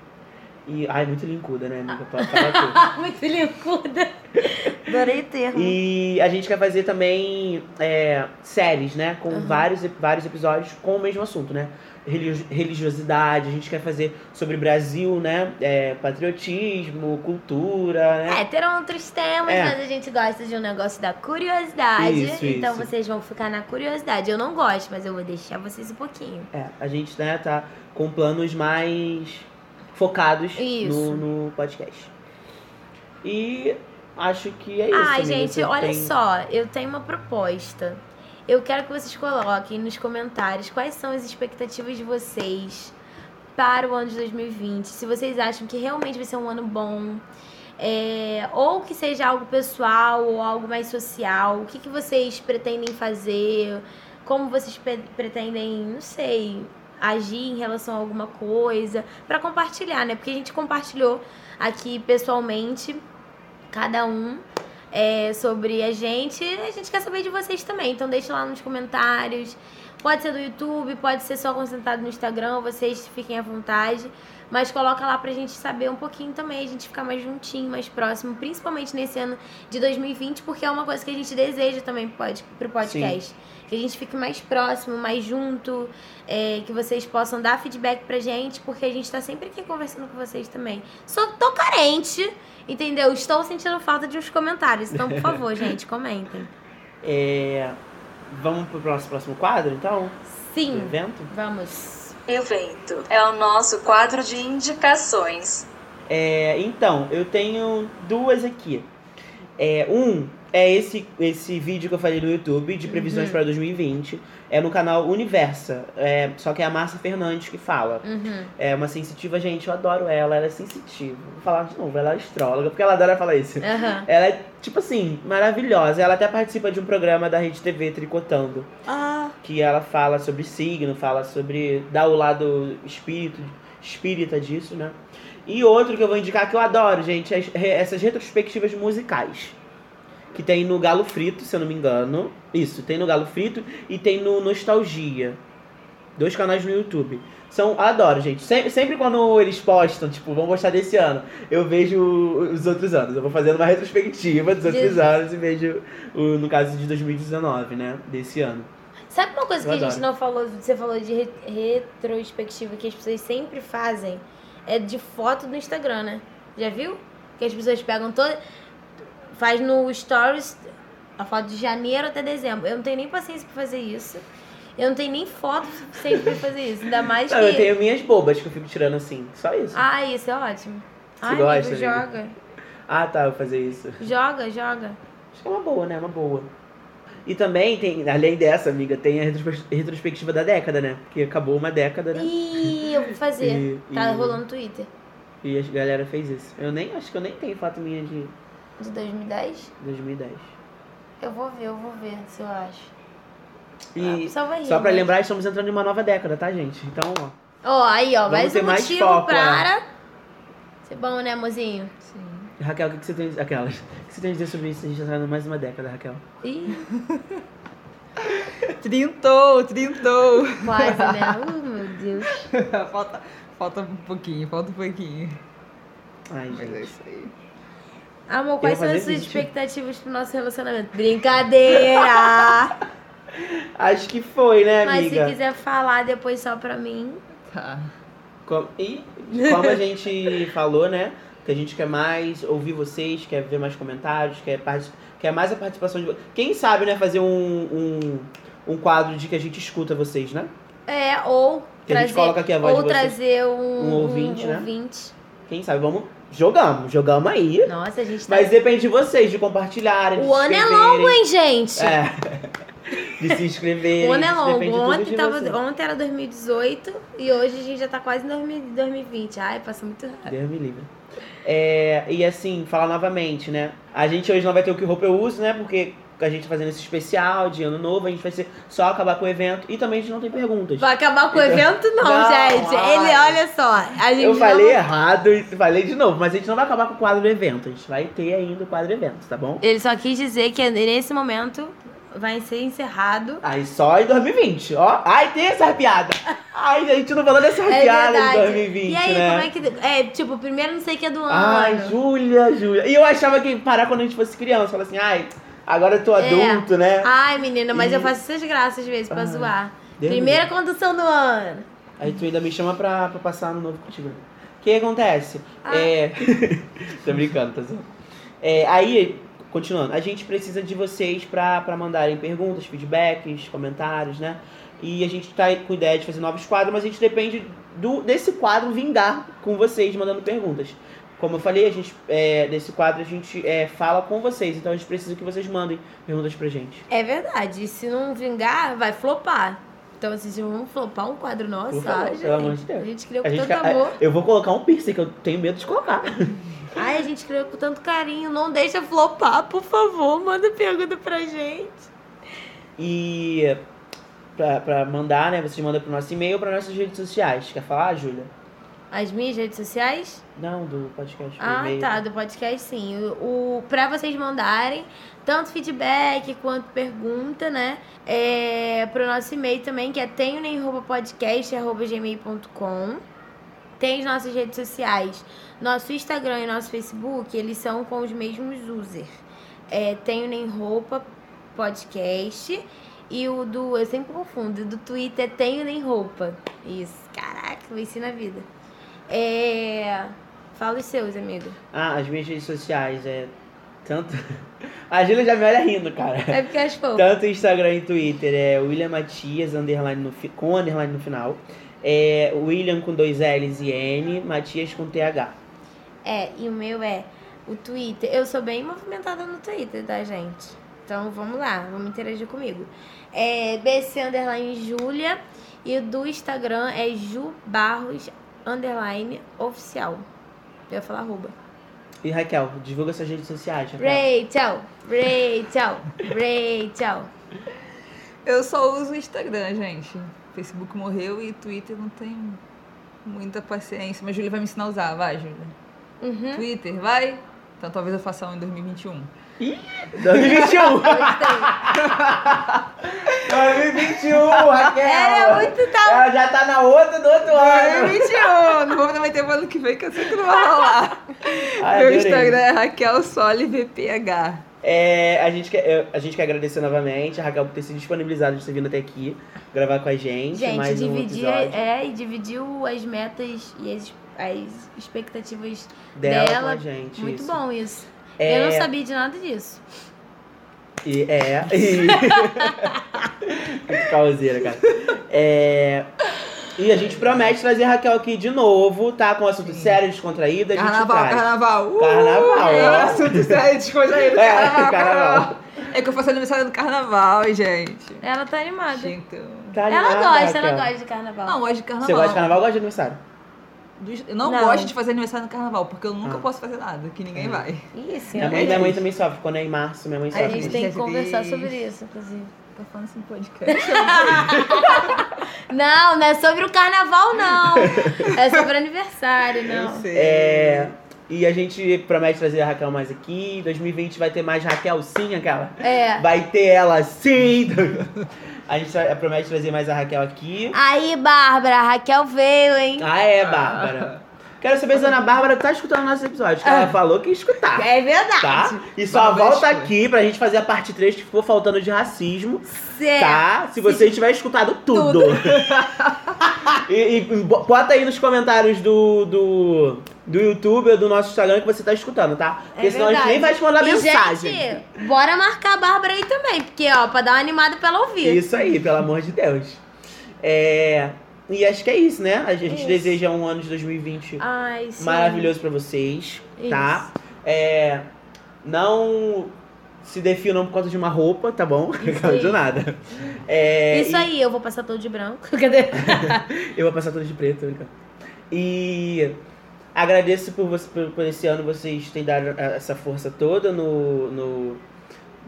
E, ai, muito lincuda, né, amiga? Pra acabar
Muito lincuda. Adorei o
tudo.
termo.
E a gente quer fazer também é, séries, né? Com
Aham.
vários, ep- vários episódios com o mesmo assunto, né? Religi- Religiosidade, a gente quer fazer sobre Brasil, né? É, patriotismo, cultura, né?
É, terão outros temas,
É.
mas a gente gosta de um negócio da curiosidade.
Isso,
então
isso.
vocês vão ficar na curiosidade. Eu não gosto, mas eu vou deixar vocês um pouquinho.
É, a gente né, tá com planos mais focados
Isso.
no, no podcast. E acho que é isso.
Ai,
amiga.
gente,
Você
olha
tem-
só, eu tenho uma proposta. Eu quero que vocês coloquem nos comentários quais são as expectativas de vocês para o ano de 2020. Se vocês acham que realmente vai ser um ano bom, é, ou que seja algo pessoal ou algo mais social. O que, que vocês pretendem fazer? Como vocês pe- pretendem, não sei, agir em relação a alguma coisa? Para compartilhar, né? Porque a gente compartilhou aqui pessoalmente, cada um é, sobre a gente. A gente quer saber de vocês também. Então deixa lá nos comentários. Pode ser do YouTube, pode ser só concentrado no Instagram, vocês fiquem à vontade. Mas coloca lá pra gente saber um pouquinho também, a gente ficar mais juntinho, mais próximo, principalmente nesse ano de 2020, porque é uma coisa que a gente deseja também pro pod- pro podcast. Que a gente fique mais próximo, mais junto, é, que vocês possam dar feedback pra gente, porque a gente tá sempre aqui conversando com vocês também. Só tô carente, Entendeu? Estou sentindo falta de uns comentários. Então, por favor, gente, comentem.
É, vamos pro próximo, próximo quadro, então? Do
Sim,
evento?
vamos.
Evento é o nosso quadro de indicações.
É, então, eu tenho duas aqui. É, um é esse, esse vídeo que eu falei no YouTube de previsões
Uhum.
para 2020. É no canal Universa. é, só que é a Márcia Fernandes que fala.
Uhum.
É uma sensitiva, gente, eu adoro ela, ela é sensitiva. Vou falar de novo, ela é astróloga, porque ela adora falar isso.
Aham.
Ela é, tipo assim, maravilhosa. Ela até participa de um programa da Rede TV Tricotando,
Ah.
que ela fala sobre signo, fala sobre. dá o lado espírito, espírita disso, né? E outro que eu vou indicar que eu adoro, gente, é as- re- essas retrospectivas musicais. Que tem no Galo Frito, se eu não me engano. Isso, tem no Galo Frito e tem no Nostalgia. Dois canais no YouTube. São, adoro, gente. Sempre, sempre quando eles postam, tipo, vão postar desse ano, eu vejo os outros anos. Eu vou fazendo uma retrospectiva dos outros
Jesus.
anos e vejo, o, no caso de 2019, né? Desse ano.
Sabe uma coisa
Eu
que a gente
adoro.
não falou? Você falou de re- retrospectiva que as pessoas sempre fazem. É de foto do Instagram, né? Já viu? Que as pessoas pegam toda. Faz no Stories a foto de janeiro até dezembro. Eu não tenho nem paciência pra fazer isso. Eu não tenho nem foto suficiente pra fazer isso. Ainda mais
Não,
que.
eu tenho minhas bobas que eu fico tirando assim. Só isso. Ah,
Ah, isso é ótimo.
Você
Ai,
gosta,
amigo,
amiga?
joga.
tá, eu vou fazer isso.
Joga, joga.
Acho que é uma boa, né? Uma boa. E também tem, além dessa, amiga, tem a retrospe- retrospectiva da década, né? Porque acabou uma década, né?
Ih, eu vou fazer.
E-
Tá
e-
rolando no Twitter.
E a galera fez isso. Eu nem acho que eu nem tenho foto minha de
De 2010?
2010.
Eu vou ver, eu vou ver se eu acho.
E
Ah, só vai rir,
só pra
né?
lembrar, estamos entrando em uma nova década, tá, gente? Então, ó.
Ó, aí, ó,
Vamos
mais
ter
um
mais
motivo
foco, né?
para. Ser bom, né, mozinho?
Sim.
Raquel, o que, que você tem a dizer? Aquelas. O que você tem a dizer sobre isso? A gente tá entrando em mais uma década, Raquel.
Ih,
Trintou, trintou.
quase, né? Uh, meu Deus.
falta, falta um pouquinho, falta um pouquinho.
Ai,
Mas é
gente.
isso aí.
Amor, quais são
fazer
as suas
20.
expectativas pro nosso relacionamento? Brincadeira!
Acho que foi, né,
Mas se
amiga?
quiser falar depois só pra mim.
Tá.
Com- E como a gente falou, né? Que a gente quer mais ouvir vocês, quer ver mais comentários, quer, parti- quer mais a participação de vocês. Quem sabe, né, fazer um, um, um quadro de que a gente escuta vocês, né?
É, ou
Que a gente
trazer.
coloca aqui a voz
Ou
de vocês.
trazer um,
Um ouvinte, né?
ouvinte.
Quem sabe, vamos. Jogamos, jogamos aí.
Nossa, a gente tá.
Mas depende de vocês, de compartilharem. de
O ano é
escreverem.
longo, hein, gente?
É. De se inscrever.
O ano é longo.
Depende tudo
Ontem,
de
tava,
você.
ontem era 2018 e hoje a gente já tá quase em 2000 2020. Ai, passa muito rápido.
Deus me livre. É, e assim, falar novamente, né? A gente hoje não vai ter o que roupa eu uso, né? Porque a gente tá fazendo esse especial de ano novo, a gente vai ser só acabar com o evento. E também a gente não tem perguntas.
Vai acabar com o
Então-
evento, não,
Não,
gente.
ai.
Ele, olha só. A gente
eu
não-
falei errado e falei de novo, mas a gente não vai acabar com o quadro do evento. A gente vai ter ainda o quadro do evento, tá bom?
Ele só quis dizer que nesse momento vai ser encerrado.
Aí só em 2020, ó. Ai, tem essa piada. Ai, a gente não falou dessa
É
piada em
verdade.
2020,
E aí,
né?
como é que. É, tipo, primeiro não sei que é do ano.
Ai, Júlia, Júlia. E eu achava que ia parar quando a gente fosse criança. Falava assim, ai, agora eu tô
É.
adulto, né?
Ai, menina, mas
E-
eu faço essas graças às vezes pra
Ai,
zoar.
Deus
Primeira condução do ano.
me livre. Aí tu ainda me chama pra, pra passar ano novo contigo. O que acontece?
Ah.
É... tô brincando, tá zoando. É, aí, continuando. A gente precisa de vocês pra, pra mandarem perguntas, feedbacks, comentários, né? E a gente tá com ideia de fazer novos quadros, mas a gente depende do, desse quadro vingar com vocês mandando perguntas. Como eu falei, a gente, é, nesse quadro a gente é, fala com vocês, então a gente precisa que vocês mandem perguntas pra gente.
É verdade. E se não vingar, vai flopar. Então, assim, se vamos flopar um quadro nosso,
Por favor,
ah,
pelo amor de
gente,
Deus.
a gente criou
A
com
gente
tanto
ca-
amor.
Eu vou colocar um piercing que eu tenho medo de colocar.
Ai, a gente criou com tanto carinho. Não deixa flopar, por favor. Manda pergunta pra gente.
E pra, pra mandar, né, vocês mandam pro nosso e-mail ou pra nossas redes sociais. Quer falar, Júlia?
As minhas redes sociais?
Não, do podcast. do
Ah,
e-mail.
tá. Do podcast, sim. O, o, pra vocês mandarem tanto feedback quanto pergunta, né? É, pro nosso e-mail também, que é tenho nem roupa podcast, arroba gmail.com. Tem as nossas redes sociais. Nosso Instagram e nosso Facebook, eles são com os mesmos users. É, tenho nem roupa podcast. E o do, eu sempre confundo, do Twitter é tenho nem roupa. Isso, caraca, venci na vida. É... Fala os seus, amigo.
Ah, as minhas redes sociais é tanto. A Júlia já me olha rindo, cara.
É porque eu acho fofo.
Tanto Instagram e Twitter é William Matias, underline no fi- com underline no final. É William com dois L's e N, Matias com TH.
É, e o meu é o Twitter. Eu sou bem movimentada no Twitter, tá, gente? Então vamos lá, vamos interagir comigo. É BC Underline Júlia e o do Instagram é Ju Barros Underline Oficial. Eu ia falar arroba.
E Raquel, divulga suas redes sociais, Raquel.
Rachel, Rachel, Rachel.
Eu só uso o Instagram, gente. Facebook morreu e Twitter não tem muita paciência. Mas Júlia vai me ensinar a usar, vai, Júlia.
Hum?
Uhum.
Twitter, vai? Então talvez eu faça um em 2021.
2021!
Gostei.
2021, Raquel!
Era é muito da
Ela já tá na outra do outro ano.
2021! Não vou prometer pro ano que vem que eu sei que não vai rolar.
Ai,
Meu
adorei.
Instagram é Raquel Soli VPH.
É, a, gente quer, eu- a gente quer agradecer novamente a Raquel por ter se disponibilizado de ter vindo até aqui gravar com a gente.
Gente,
mais
dividir,
um episódio
é, e dividiu as metas e as, as expectativas.
dela, com
é dela,
a gente.
Muito
isso.
bom isso.
É,
Eu não sabia de nada disso.
E, é. E... Causeira, cara. É, E a gente promete trazer a Raquel aqui de novo, tá? Com assunto sério, descontraído, a gente
Carnaval,
traz.
carnaval. Uh,
Carnaval,
é
ó.
assunto sério, descontraído.
É,
Carnaval,
carnaval.
carnaval. É que eu faço aniversário do carnaval, gente.
Ela tá animada.
Então...
Tá
Ela
animada,
gosta, ela
Raquel?
gosta de carnaval.
Não, gosto de carnaval.
Você gosta de carnaval ou gosta de aniversário?
Dos- Eu não,
Não.
gosto de fazer aniversário no carnaval, porque eu nunca
Ah.
posso fazer nada, que ninguém
Ah.
vai.
Isso,
Minha mãe, minha mãe também sofre. Quando é em março, minha mãe
Ai,
sofre.
A gente
muito.
tem que
Gente,
conversar
diz.
sobre isso, inclusive.
Tô falando assim podcast.
Não, não é sobre o carnaval, não. É sobre aniversário, não.
sei.
É, e a gente promete trazer a Raquel mais aqui. Em 2020 vai ter mais Raquel sim, aquela.
É.
Vai ter ela sim. A gente tra- promete trazer mais a Raquel aqui.
Aí, Bárbara, a Raquel veio, hein?
Ah, é, Bárbara. Quero saber se a Ana Bárbara tá escutando nossos episódios. Que ela falou que ia escutar.
Ah. É verdade.
Tá? E só
Bárbara
volta
escuta.
aqui pra gente fazer a parte 3 que ficou faltando de racismo.
Certo.
Tá? Se você tiver escutado tudo. e, e bo- bota aí nos comentários do, do, do YouTube ou do nosso Instagram que você tá escutando, tá? Porque senão a gente
É verdade.
nem vai te mandar
E,
mensagem.
gente, bora marcar a Bárbara aí também, porque, ó, pra dar uma animada pra ela ouvir.
Isso aí, pelo amor de Deus. É, E acho que é isso, né? A gente
Isso.
deseja um ano de 2020
Ai, sim.
maravilhoso pra vocês,
Isso.
tá? É, Não se definam por conta de uma roupa, tá bom?
aí.
de nada. É,
Isso
e-
aí, eu vou passar todo de branco. Cadê?
Eu vou passar tudo de preto, tô brincando. E agradeço por, você, por, por esse ano vocês terem dado a- essa força toda no, no,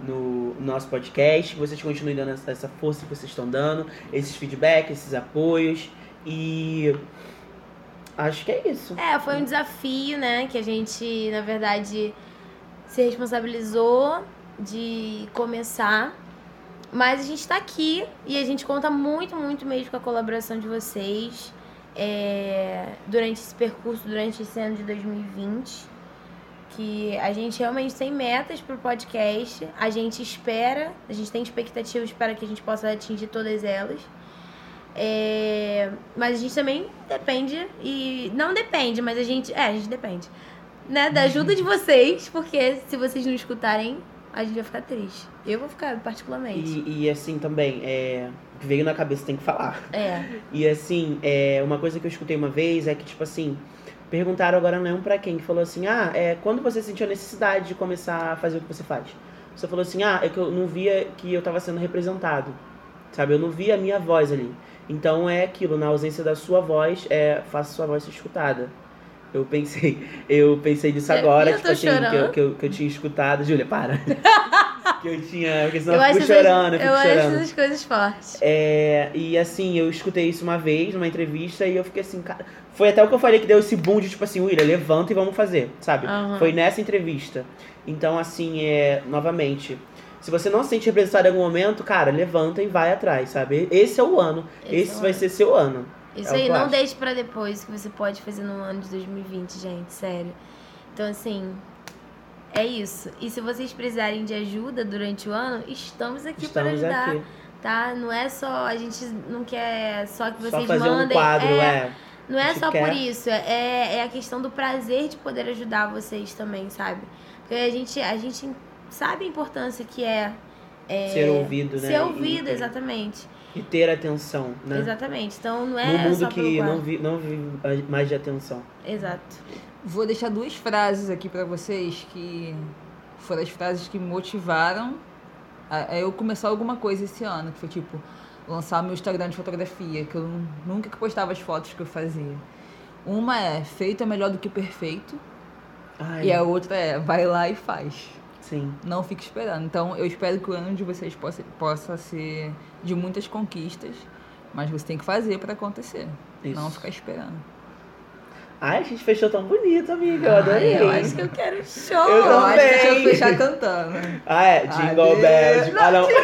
no nosso podcast. Que vocês continuem dando essa, essa força que vocês estão dando, esses feedbacks, esses apoios. E acho que é isso.
É, foi um desafio, né? Que a gente, na verdade, se responsabilizou de começar. Mas a gente tá aqui e a gente conta muito, muito mesmo com a colaboração de vocês é, durante esse percurso, durante esse ano de 2020. Que a gente realmente tem metas pro podcast, a gente espera, a gente tem expectativas para que a gente possa atingir todas elas. É, mas a gente também depende e. Não depende, mas a gente. É, a gente depende. Né,
Uhum.
da ajuda de vocês, porque se vocês não escutarem, a gente vai ficar triste. Eu vou ficar, particularmente.
E, e assim também, é, o que veio na cabeça tem que falar.
É.
E assim, é, uma coisa que eu escutei uma vez é que, tipo assim, perguntaram agora não lembro pra quem, que falou assim, ah, é, quando você sentiu a necessidade de começar a fazer o que você faz? Você falou assim, ah, é que eu não via que eu tava sendo representado. Sabe, eu não via a minha voz ali. Então é aquilo, na ausência da sua voz, é, faça sua voz ser escutada. Eu pensei, eu pensei nisso
Eu-
agora,
É, eu
tipo
tô
assim, que eu,
chorando.
que, eu, que eu tinha escutado. Júlia, para. que eu tinha. Porque senão
Eu
eu
acho
fico
essas-
chorando, eu fico
eu acho
chorando.
essas coisas fortes.
É, e assim, eu escutei isso uma vez numa entrevista e eu fiquei assim, cara. Foi até o que eu falei que deu esse boom de tipo assim, William, levanta e vamos fazer, sabe?
Aham.
Foi nessa entrevista. Então, assim, é. Novamente. Se você não se sente representado em algum momento, cara, levanta e vai atrás, sabe? Esse é o ano. Esse,
é o
vai
ano.
ser seu ano.
Isso
é o
aí,
que eu
não
acho.
deixe pra depois o que você pode fazer no ano de 2020, gente, sério. Então, assim, é isso. E se vocês precisarem de ajuda durante o ano, estamos aqui para
Estamos
ajudar,
aqui.
tá? Não é só, a gente não quer só que vocês
Só fazer
mandem.
um quadro,
é,
é.
Não é
gente
só
quer.
por isso, é, é a questão do prazer de poder ajudar vocês também, sabe? Porque a gente, a gente sabe a importância que é, é
Ser ouvido, né?
ser ouvido,
E-
exatamente.
E ter atenção, né?
Exatamente. Então não é
Num
só
mundo
pelo
que
quadro.
não vi, não vi mais de atenção.
Exato.
Vou deixar duas frases aqui pra vocês que foram as frases que me motivaram a, a eu começar alguma coisa esse ano, que foi tipo lançar meu Instagram de fotografia, que eu nu- nunca que postava as fotos que eu fazia. Uma é feito é melhor do que perfeito
Ai,
e a outra é vai lá e faz.
sim.
Não fique esperando. Então eu espero que o ano de vocês possa, possa ser de muitas conquistas, mas você tem que fazer pra acontecer,
Isso.
não ficar esperando.
Ai, a gente fechou tão bonito, amiga. Eu adorei.
Ai,
Eu acho que eu quero show!
Eu
Eu acho que
também.
tinha que fechar cantando.
Ah, é. Jingle
Adeus.
Bells. Ah, não.
Adeus,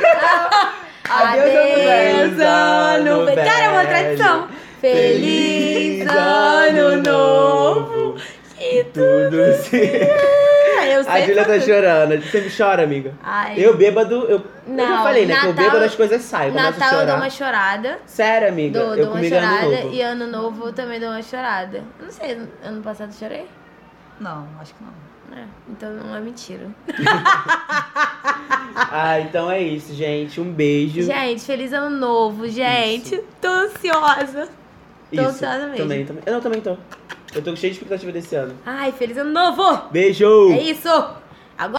Adeus, ano
velho. Cara, é uma
velho.
tradição. Feliz ano novo.
Que tudo se...
Eu
A
sei.
Julia tá
tudo.
chorando. Você me chora, amiga.
Ai,
Eu bêbado... Eu, eu já
Não,
falei, né? que eu
Natal-
bêbado as coisas saem. eu começo a
Natal eu
chorar.
dou uma chorada.
Sério, amiga.
Dou,
eu
dou uma
comigo é ano
chorada.
novo.
E ano novo eu também dou uma chorada. Eu Não sei, ano passado eu chorei?
Não, acho que não.
É, então não é mentira.
Ah, então é isso, gente. Um beijo.
Gente, feliz ano novo, gente. Tô ansiosa. tô
isso.
ansiosa mesmo.
Também, também. Eu não, também tô. Eu tô cheio de expectativa desse ano.
Ai, feliz ano novo!
Beijo!
É isso!